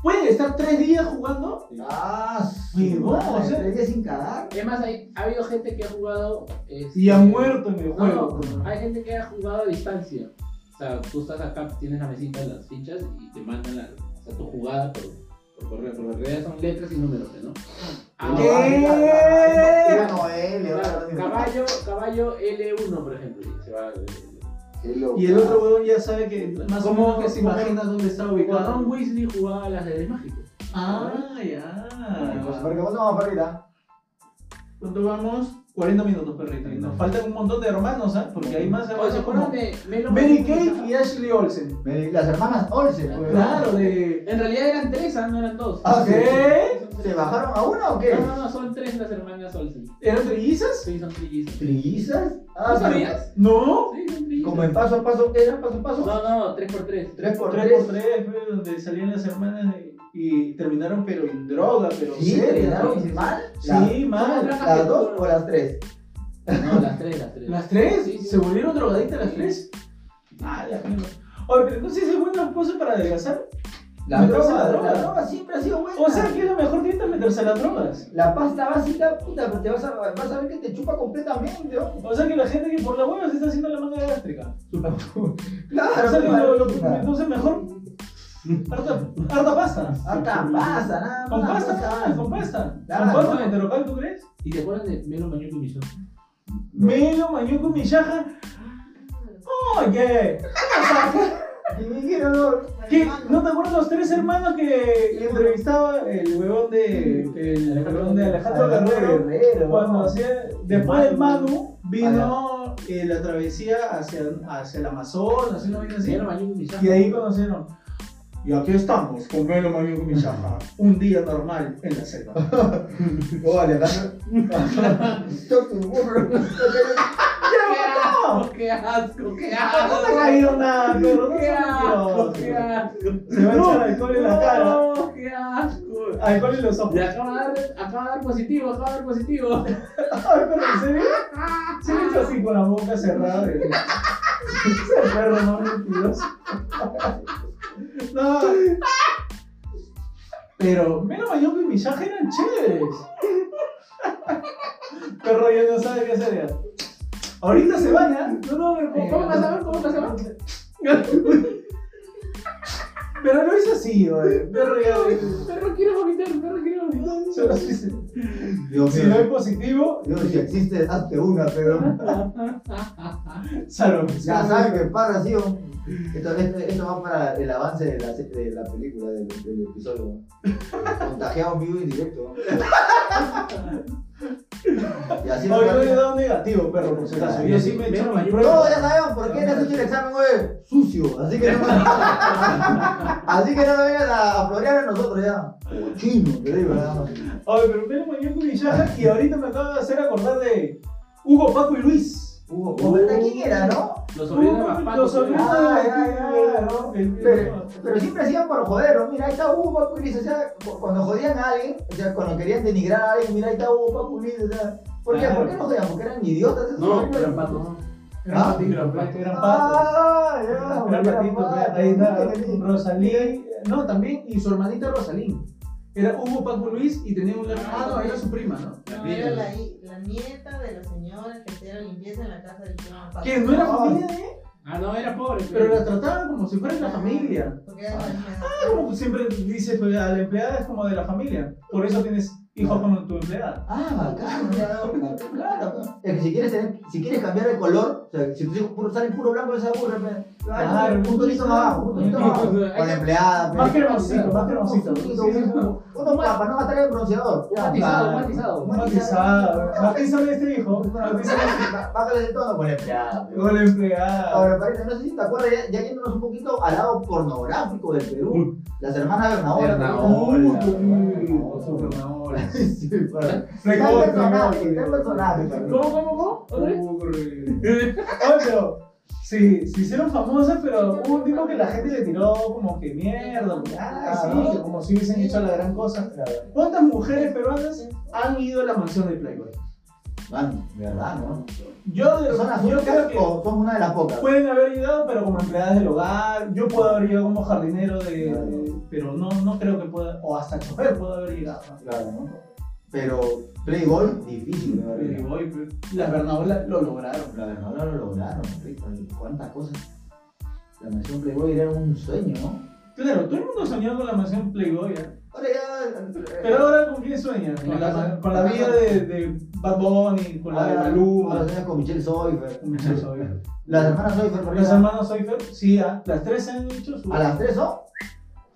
[SPEAKER 3] Pueden estar tres días jugando.
[SPEAKER 2] Ah,
[SPEAKER 3] Sí,
[SPEAKER 2] sí,
[SPEAKER 3] bueno, o sea-
[SPEAKER 2] tres días sin cagar.
[SPEAKER 4] Es más, hay, ha habido gente que ha jugado. este,
[SPEAKER 3] Y ha muerto en el
[SPEAKER 4] No,
[SPEAKER 3] juego.
[SPEAKER 4] hay gente que ha jugado a distancia. O sea, tú estás acá, tienes la mesita, las fichas y te mandan la, o sea, tu jugada por, por correo. Por correo son letras y números, ¿no? Ah,
[SPEAKER 3] ¿Qué?
[SPEAKER 2] Era Noel,
[SPEAKER 4] claro,
[SPEAKER 2] era-
[SPEAKER 4] caballo, caballo L1, por ejemplo. y se va, eh,
[SPEAKER 2] Qué loco.
[SPEAKER 3] Y el otro huevón ya sabe que más o
[SPEAKER 4] ¿Cómo-
[SPEAKER 3] menos que se
[SPEAKER 4] cómo-
[SPEAKER 3] imagina dónde está
[SPEAKER 4] Cuando Ron
[SPEAKER 3] ubicado.
[SPEAKER 4] Weasley jugaba al ajedrez mágico.
[SPEAKER 3] Ah, ya.
[SPEAKER 2] Porque vos no vas perrita.
[SPEAKER 3] ¿Cuánto vamos? 40 minutos, perrito. Y nos faltan un montón de hermanos, ¿ah? Porque hay más
[SPEAKER 4] Oye, ¿se
[SPEAKER 3] hermanos
[SPEAKER 4] acuerdan
[SPEAKER 3] como
[SPEAKER 4] de Melo
[SPEAKER 3] Mary
[SPEAKER 4] Manzano?
[SPEAKER 3] Kate y Ashley Olsen.
[SPEAKER 2] Me- Las hermanas Olsen, pues.
[SPEAKER 3] Claro, de...
[SPEAKER 4] En realidad eran tres, ah, no eran dos.
[SPEAKER 2] Ah, ¿sí?
[SPEAKER 3] ¿Qué?
[SPEAKER 4] Son tres.
[SPEAKER 2] ¿Se bajaron a una o qué?
[SPEAKER 4] No, no, no, son tres las hermanas Olsen.
[SPEAKER 3] ¿Eran trillizas?
[SPEAKER 4] Sí, son trillizas.
[SPEAKER 2] ¿Trillizas?
[SPEAKER 4] ¿Tú
[SPEAKER 2] pero-
[SPEAKER 4] sabías?
[SPEAKER 3] No.
[SPEAKER 4] Sí, son trillizas.
[SPEAKER 2] Como en paso a paso, ¿qué era paso a paso?
[SPEAKER 4] No, no, tres por tres.
[SPEAKER 2] Tres por
[SPEAKER 3] 3
[SPEAKER 2] tres.
[SPEAKER 3] por 3 fue donde salían las hermanas y, y terminaron pero en droga, pero
[SPEAKER 2] Sí,
[SPEAKER 3] serias,
[SPEAKER 2] terminaron
[SPEAKER 3] ¿no?
[SPEAKER 2] mal.
[SPEAKER 3] Sí,
[SPEAKER 4] Todas
[SPEAKER 3] mal.
[SPEAKER 4] drogas
[SPEAKER 2] ¿Las
[SPEAKER 4] que-
[SPEAKER 2] dos o las tres?
[SPEAKER 4] No, las tres, las tres.
[SPEAKER 3] ¿Las tres?
[SPEAKER 4] Sí, sí.
[SPEAKER 3] ¿Se volvieron drogadictas las
[SPEAKER 4] Sí.
[SPEAKER 3] tres? Ah, la mierda. Oye, pero entonces es buena pose para adelgazar.
[SPEAKER 2] La
[SPEAKER 3] Meterse
[SPEAKER 2] droga,
[SPEAKER 3] la droga.
[SPEAKER 2] la droga siempre ha sido buena.
[SPEAKER 3] O sea, que es la mejor dieta meterse las drogas.
[SPEAKER 2] la pasta básica, puta, pues te vas a, vas a ver que te chupa completamente, ¿no?
[SPEAKER 3] O sea, que la gente que por la hueva se está haciendo la manga gástrica.
[SPEAKER 2] Claro,
[SPEAKER 3] o sea, que lo, lo-
[SPEAKER 2] puta.
[SPEAKER 3] entonces mejor. Harta, harta pasta.
[SPEAKER 2] Harta pasa, nada más.
[SPEAKER 3] Con pasta,
[SPEAKER 2] nada más.
[SPEAKER 3] con pasta.
[SPEAKER 2] Claro.
[SPEAKER 3] ¿Con pasta enterocal, tú crees?
[SPEAKER 4] ¿Y te acuerdas de Melo Mañuco y Millón?
[SPEAKER 3] Melo, mañuco, millaja.
[SPEAKER 5] Ah,
[SPEAKER 3] Oye,
[SPEAKER 2] Y me dijeron, no,
[SPEAKER 3] ¿qué? ¿no te acuerdas los tres hermanos que le entrevistaba el huevón de, el huevón de Alejandro Guerrero?
[SPEAKER 2] Guerrero,
[SPEAKER 3] Cuando
[SPEAKER 2] ¿no?
[SPEAKER 3] hacía, después del Manu
[SPEAKER 2] Ah,
[SPEAKER 3] vino eh, la travesía hacia, hacia el Amazonas, una vaina así.
[SPEAKER 4] Melo Mañuco y Millón.
[SPEAKER 3] Y de ahí conocieron. Y aquí estamos, con Melo Mañuco Millaja. Un día normal en la selva.
[SPEAKER 2] Oh, Alejandro. Yo tu burro.
[SPEAKER 3] ¡Ya
[SPEAKER 4] Oh, ¡Qué asco! ¡Qué
[SPEAKER 3] lo mató! No te ha
[SPEAKER 4] asco!
[SPEAKER 3] caído nada, pero no
[SPEAKER 4] ¡Qué asco!
[SPEAKER 3] son
[SPEAKER 4] ¡Qué
[SPEAKER 3] mentirosos.
[SPEAKER 4] asco!
[SPEAKER 3] Se va a echar alcohol en la cara.
[SPEAKER 4] ¡No! ¡Qué asco!
[SPEAKER 3] Alcohol en los ojos.
[SPEAKER 4] Y acaba de dar, acaba de dar positivo, acaba de dar positivo.
[SPEAKER 3] Ay, pero ¿en serio? Se le hizo así con la boca cerrada. güey. Ese perro más mentiroso. No. Pero menos mayor que millaje eran chéveres. Perro ya no sabe qué hacer ya. Ahorita se ¿eh? baña. No, no, me
[SPEAKER 4] ¿Cómo vas a ver? ¿Cómo vas a ver?
[SPEAKER 3] Pero lo hizo así, güey. Perro ya. güey.
[SPEAKER 4] Perro quiere vomitar, perro quiere vomitar.
[SPEAKER 3] Se lo hizo.
[SPEAKER 2] Dios
[SPEAKER 3] Si no es
[SPEAKER 2] mío.
[SPEAKER 3] positivo,
[SPEAKER 2] Dios, si existe, hazte una, pero.
[SPEAKER 3] salón.
[SPEAKER 2] Ya saben que para, sí, o- esto, esto, esto va para el avance de la, de la película, del, del episodio. Contagiados vivo y directo. Y así
[SPEAKER 3] Hoy no le he
[SPEAKER 2] no,
[SPEAKER 3] dado negativo, perro, por si acaso. Ah, Yo sí me he hecho
[SPEAKER 4] Menos mayor.
[SPEAKER 3] mi prueba.
[SPEAKER 2] ya sabemos por qué te has hecho el examen hoy sucio, así que no, así que no me vengas a, a florear a nosotros ya. Chino, te digo, nada más.
[SPEAKER 3] Oye, pero menos mayor que Villaja y ahorita me acaba de hacer acordar de Hugo, Paco y Luis.
[SPEAKER 2] Hugo, ¿verdad? ¿quién era, no?
[SPEAKER 4] Los
[SPEAKER 3] Hugo,
[SPEAKER 4] sobrinos de
[SPEAKER 3] Paco,
[SPEAKER 4] Papaco,
[SPEAKER 3] los sobrinos de
[SPEAKER 2] Ah,
[SPEAKER 3] la-
[SPEAKER 2] ya, ya,
[SPEAKER 3] ¿verdad?
[SPEAKER 2] ya.
[SPEAKER 3] El-
[SPEAKER 2] Pero, pero siempre hacían por joder, ¿no? mira, ahí está Hugo Papulis, o sea, cu- cuando jodían a alguien, o sea, cuando querían denigrar a alguien, mira, ahí está Hugo Papulis, o sea, ¿por qué?
[SPEAKER 3] Claro.
[SPEAKER 2] ¿Por qué no jodían? Porque eran idiotas esos
[SPEAKER 4] No,
[SPEAKER 2] hombres.
[SPEAKER 4] eran patos.
[SPEAKER 3] Gran
[SPEAKER 2] Ah.
[SPEAKER 3] patito, gran patito, gran patito.
[SPEAKER 2] Ah, ya,
[SPEAKER 3] Gran
[SPEAKER 2] porque
[SPEAKER 3] patito,
[SPEAKER 2] eran
[SPEAKER 3] gran- ahí está.
[SPEAKER 2] patos, ¿no?
[SPEAKER 3] Rosalín. No, también, y su hermanita Rosalín. Era Hugo, Paco y Luis y tenía un hermano, ah, no, era su prima, ¿no?
[SPEAKER 5] No, era la, hi- la nieta de la señora que hacía la limpieza en la casa del tío Paco.
[SPEAKER 3] Que no era familia de él.
[SPEAKER 4] Ah, no, era pobre.
[SPEAKER 3] Pero la trataban como si fuera la familia.
[SPEAKER 5] Porque era una-
[SPEAKER 3] Ah, como siempre dices, pues, a la empleada es como de la familia. Por eso tienes hijos con tu empleada.
[SPEAKER 2] Ah, bacán.
[SPEAKER 5] Claro.
[SPEAKER 3] Claro.
[SPEAKER 2] Es que si quieres, tener- si quieres cambiar el color, o sea, si tus hijos puro- salen puro blanco, esa burra, me-
[SPEAKER 3] Claro,
[SPEAKER 2] un tonito más abajo, un tonito más abajo. Con la empleada,
[SPEAKER 3] Más
[SPEAKER 2] pe.
[SPEAKER 3] cremoncito, más
[SPEAKER 2] Un
[SPEAKER 3] cremoncito.
[SPEAKER 2] tonito, un- unos papas, no gastar el bronceador.
[SPEAKER 4] Un matizado,
[SPEAKER 2] Ah,
[SPEAKER 4] un matizado.
[SPEAKER 2] un
[SPEAKER 3] Matizado. Matizado este hijo. Matizado
[SPEAKER 2] Bá- Bájale de tono con la empleada. pe.
[SPEAKER 3] con la empleada.
[SPEAKER 2] Ahora, Parita, no sé si te acuerdas, ya, ya yéndonos un poquito al lado pornográfico del Perú. Las hermanas Bernadotte.
[SPEAKER 4] Bernadotte.
[SPEAKER 2] Sí, para- Gran
[SPEAKER 3] Fregón,
[SPEAKER 2] personaje,
[SPEAKER 3] fregón.
[SPEAKER 2] gran personaje.
[SPEAKER 3] ¿Cómo, cómo, cómo? ¿Otra vez? Oye, pero sí, se hicieron famosas, pero hubo un tipo que la gente le tiró como que mierda, que, ay, sí, que como si hubiesen hecho la gran cosa. ¿Cuántas mujeres peruanas han ido a la mansión de Playboy?
[SPEAKER 2] Mano, de verdad, ¿no?
[SPEAKER 3] Yo, de
[SPEAKER 2] ¿Son las
[SPEAKER 3] yo creo
[SPEAKER 2] únicas
[SPEAKER 3] que
[SPEAKER 2] o son una de las pocas?
[SPEAKER 3] pueden haber llegado, pero como empleadas del hogar. Yo puedo haber llegado como jardinero de, de- pero no, no creo que pueda, o hasta chofer puedo haber llegado. ¿no?
[SPEAKER 2] Claro, ¿no? Pero Playboy, difícil, la verdad.
[SPEAKER 3] Playboy, pues, las Bernadola lo lograron.
[SPEAKER 2] La verdad no lo lograron, rico, y cuántas cosas. La mansión Playboy era un sueño, ¿no?
[SPEAKER 3] Claro, todo el mundo soñaba con la mansión Playboy. ¿ah?
[SPEAKER 2] Ahora ya.
[SPEAKER 3] Pero ahora, ¿con quién sueñas? Con la, con la vida de, de Bad Bunny,
[SPEAKER 2] Ah,
[SPEAKER 3] con la de Maluma.
[SPEAKER 2] Ahora sueñas con Michelle Soifer.
[SPEAKER 3] con Michelle Soifer.
[SPEAKER 2] Las hermanas Soifer, por
[SPEAKER 3] Los
[SPEAKER 2] ejemplo,
[SPEAKER 3] hermanos Soifer, sí, ah, las tres se han hecho su...
[SPEAKER 2] ¿A las tres son?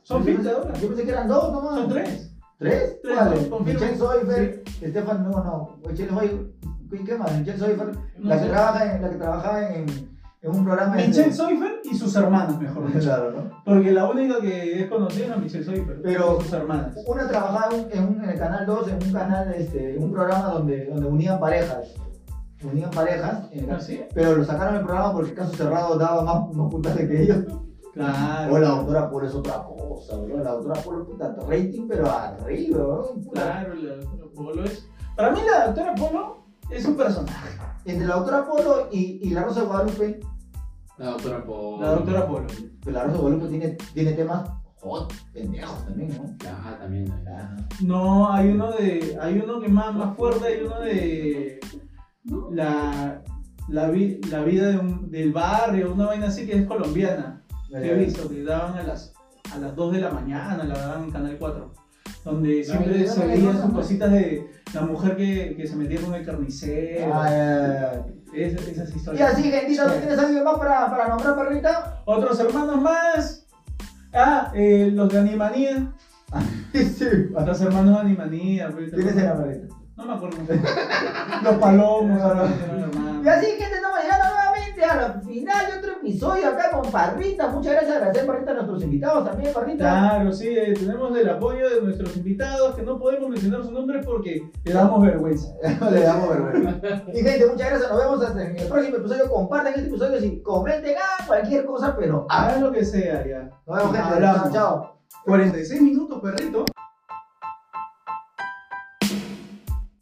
[SPEAKER 3] Son
[SPEAKER 2] Yo
[SPEAKER 3] fifty
[SPEAKER 2] pensé-
[SPEAKER 3] ahora.
[SPEAKER 2] Yo pensé que eran dos nomás.
[SPEAKER 3] Son tres.
[SPEAKER 2] ¿Tres?
[SPEAKER 3] Tres,
[SPEAKER 2] ¿Cuáles?
[SPEAKER 3] confirmo.
[SPEAKER 2] Michelle Soifer, Estefan, no, no. Michelle Soifer, ¿qué- ¿qué más? Michelle Soifer,
[SPEAKER 3] No
[SPEAKER 2] la,
[SPEAKER 3] sé.
[SPEAKER 2] que trabaja en, la que trabaja en, en un programa de-
[SPEAKER 3] Michelle Soifer y sus hermanas, mejor dicho.
[SPEAKER 2] Claro, ¿no?
[SPEAKER 3] Porque la única que es conocida es la Michelle Soifer.
[SPEAKER 2] Pero-
[SPEAKER 3] y sus hermanas.
[SPEAKER 2] Una trabajaba en, en un- en el canal 2, en un canal, este, en un programa donde, donde unían parejas. Unían parejas, en el canal-
[SPEAKER 3] ¿Así?
[SPEAKER 2] pero lo sacaron del programa porque Caso Cerrado daba más, más puntaje que ellos.
[SPEAKER 3] Claro.
[SPEAKER 2] O la doctora por es otra cosa, bro. La doctora por puta rating, pero arriba, bro. Puta.
[SPEAKER 3] Claro, la doctora Polo es... Para mí la doctora Polo es un personaje.
[SPEAKER 2] Entre la doctora Polo y, y la Rosa de Guadalupe,
[SPEAKER 4] La doctora por.
[SPEAKER 3] La doctora Polo.
[SPEAKER 2] Pero la Rosa de Guadalupe tiene, tiene temas hot, pendejos también, ¿no?
[SPEAKER 4] Ah, también. ¿no?
[SPEAKER 3] No, hay uno de. hay uno que más, más fuerte, hay uno de. La, la, vi- la vida de un- del barrio, una vaina así que es colombiana. Que he visto, que daban a las, a las 2 de la mañana, la daban en Canal 4. Donde siempre
[SPEAKER 4] vida
[SPEAKER 3] se
[SPEAKER 4] de
[SPEAKER 3] veían
[SPEAKER 4] Rosa,
[SPEAKER 3] sus
[SPEAKER 4] ¿no?
[SPEAKER 3] cositas de la mujer que, que se metía con el carnicero.
[SPEAKER 2] Ay,
[SPEAKER 3] Es- esas
[SPEAKER 2] Y
[SPEAKER 3] historias.
[SPEAKER 2] así, gentita, ¿tú tienes alguien más para, para nombrar perrita?
[SPEAKER 3] Otros hermanos más. Ah, eh, los de Animanía.
[SPEAKER 2] Sí.
[SPEAKER 3] Los hermanos de Animanía. pues,
[SPEAKER 2] ¿Tienes en la perrita?
[SPEAKER 3] No me acuerdo. Los palomos, ahora que eran
[SPEAKER 2] Y
[SPEAKER 3] hermanos.
[SPEAKER 2] así, gente, estamos llegando nuevamente a la final de otro episodio acá con Parrita. Muchas gracias, agradecer Parrita a nuestros invitados también, Parrita.
[SPEAKER 3] Claro, sí, eh, tenemos el apoyo de nuestros invitados que no podemos mencionar sus nombres porque le damos vergüenza.
[SPEAKER 2] Le damos vergüenza. Y gente, muchas gracias, nos vemos hasta en el próximo episodio. Compartan este episodio si comenten ah, cualquier cosa, pero ah,
[SPEAKER 3] Hagan lo que sea ya.
[SPEAKER 2] nos vemos, gente.
[SPEAKER 3] Hablamos.
[SPEAKER 2] Chao, chao.
[SPEAKER 3] 46 minutos, perrito.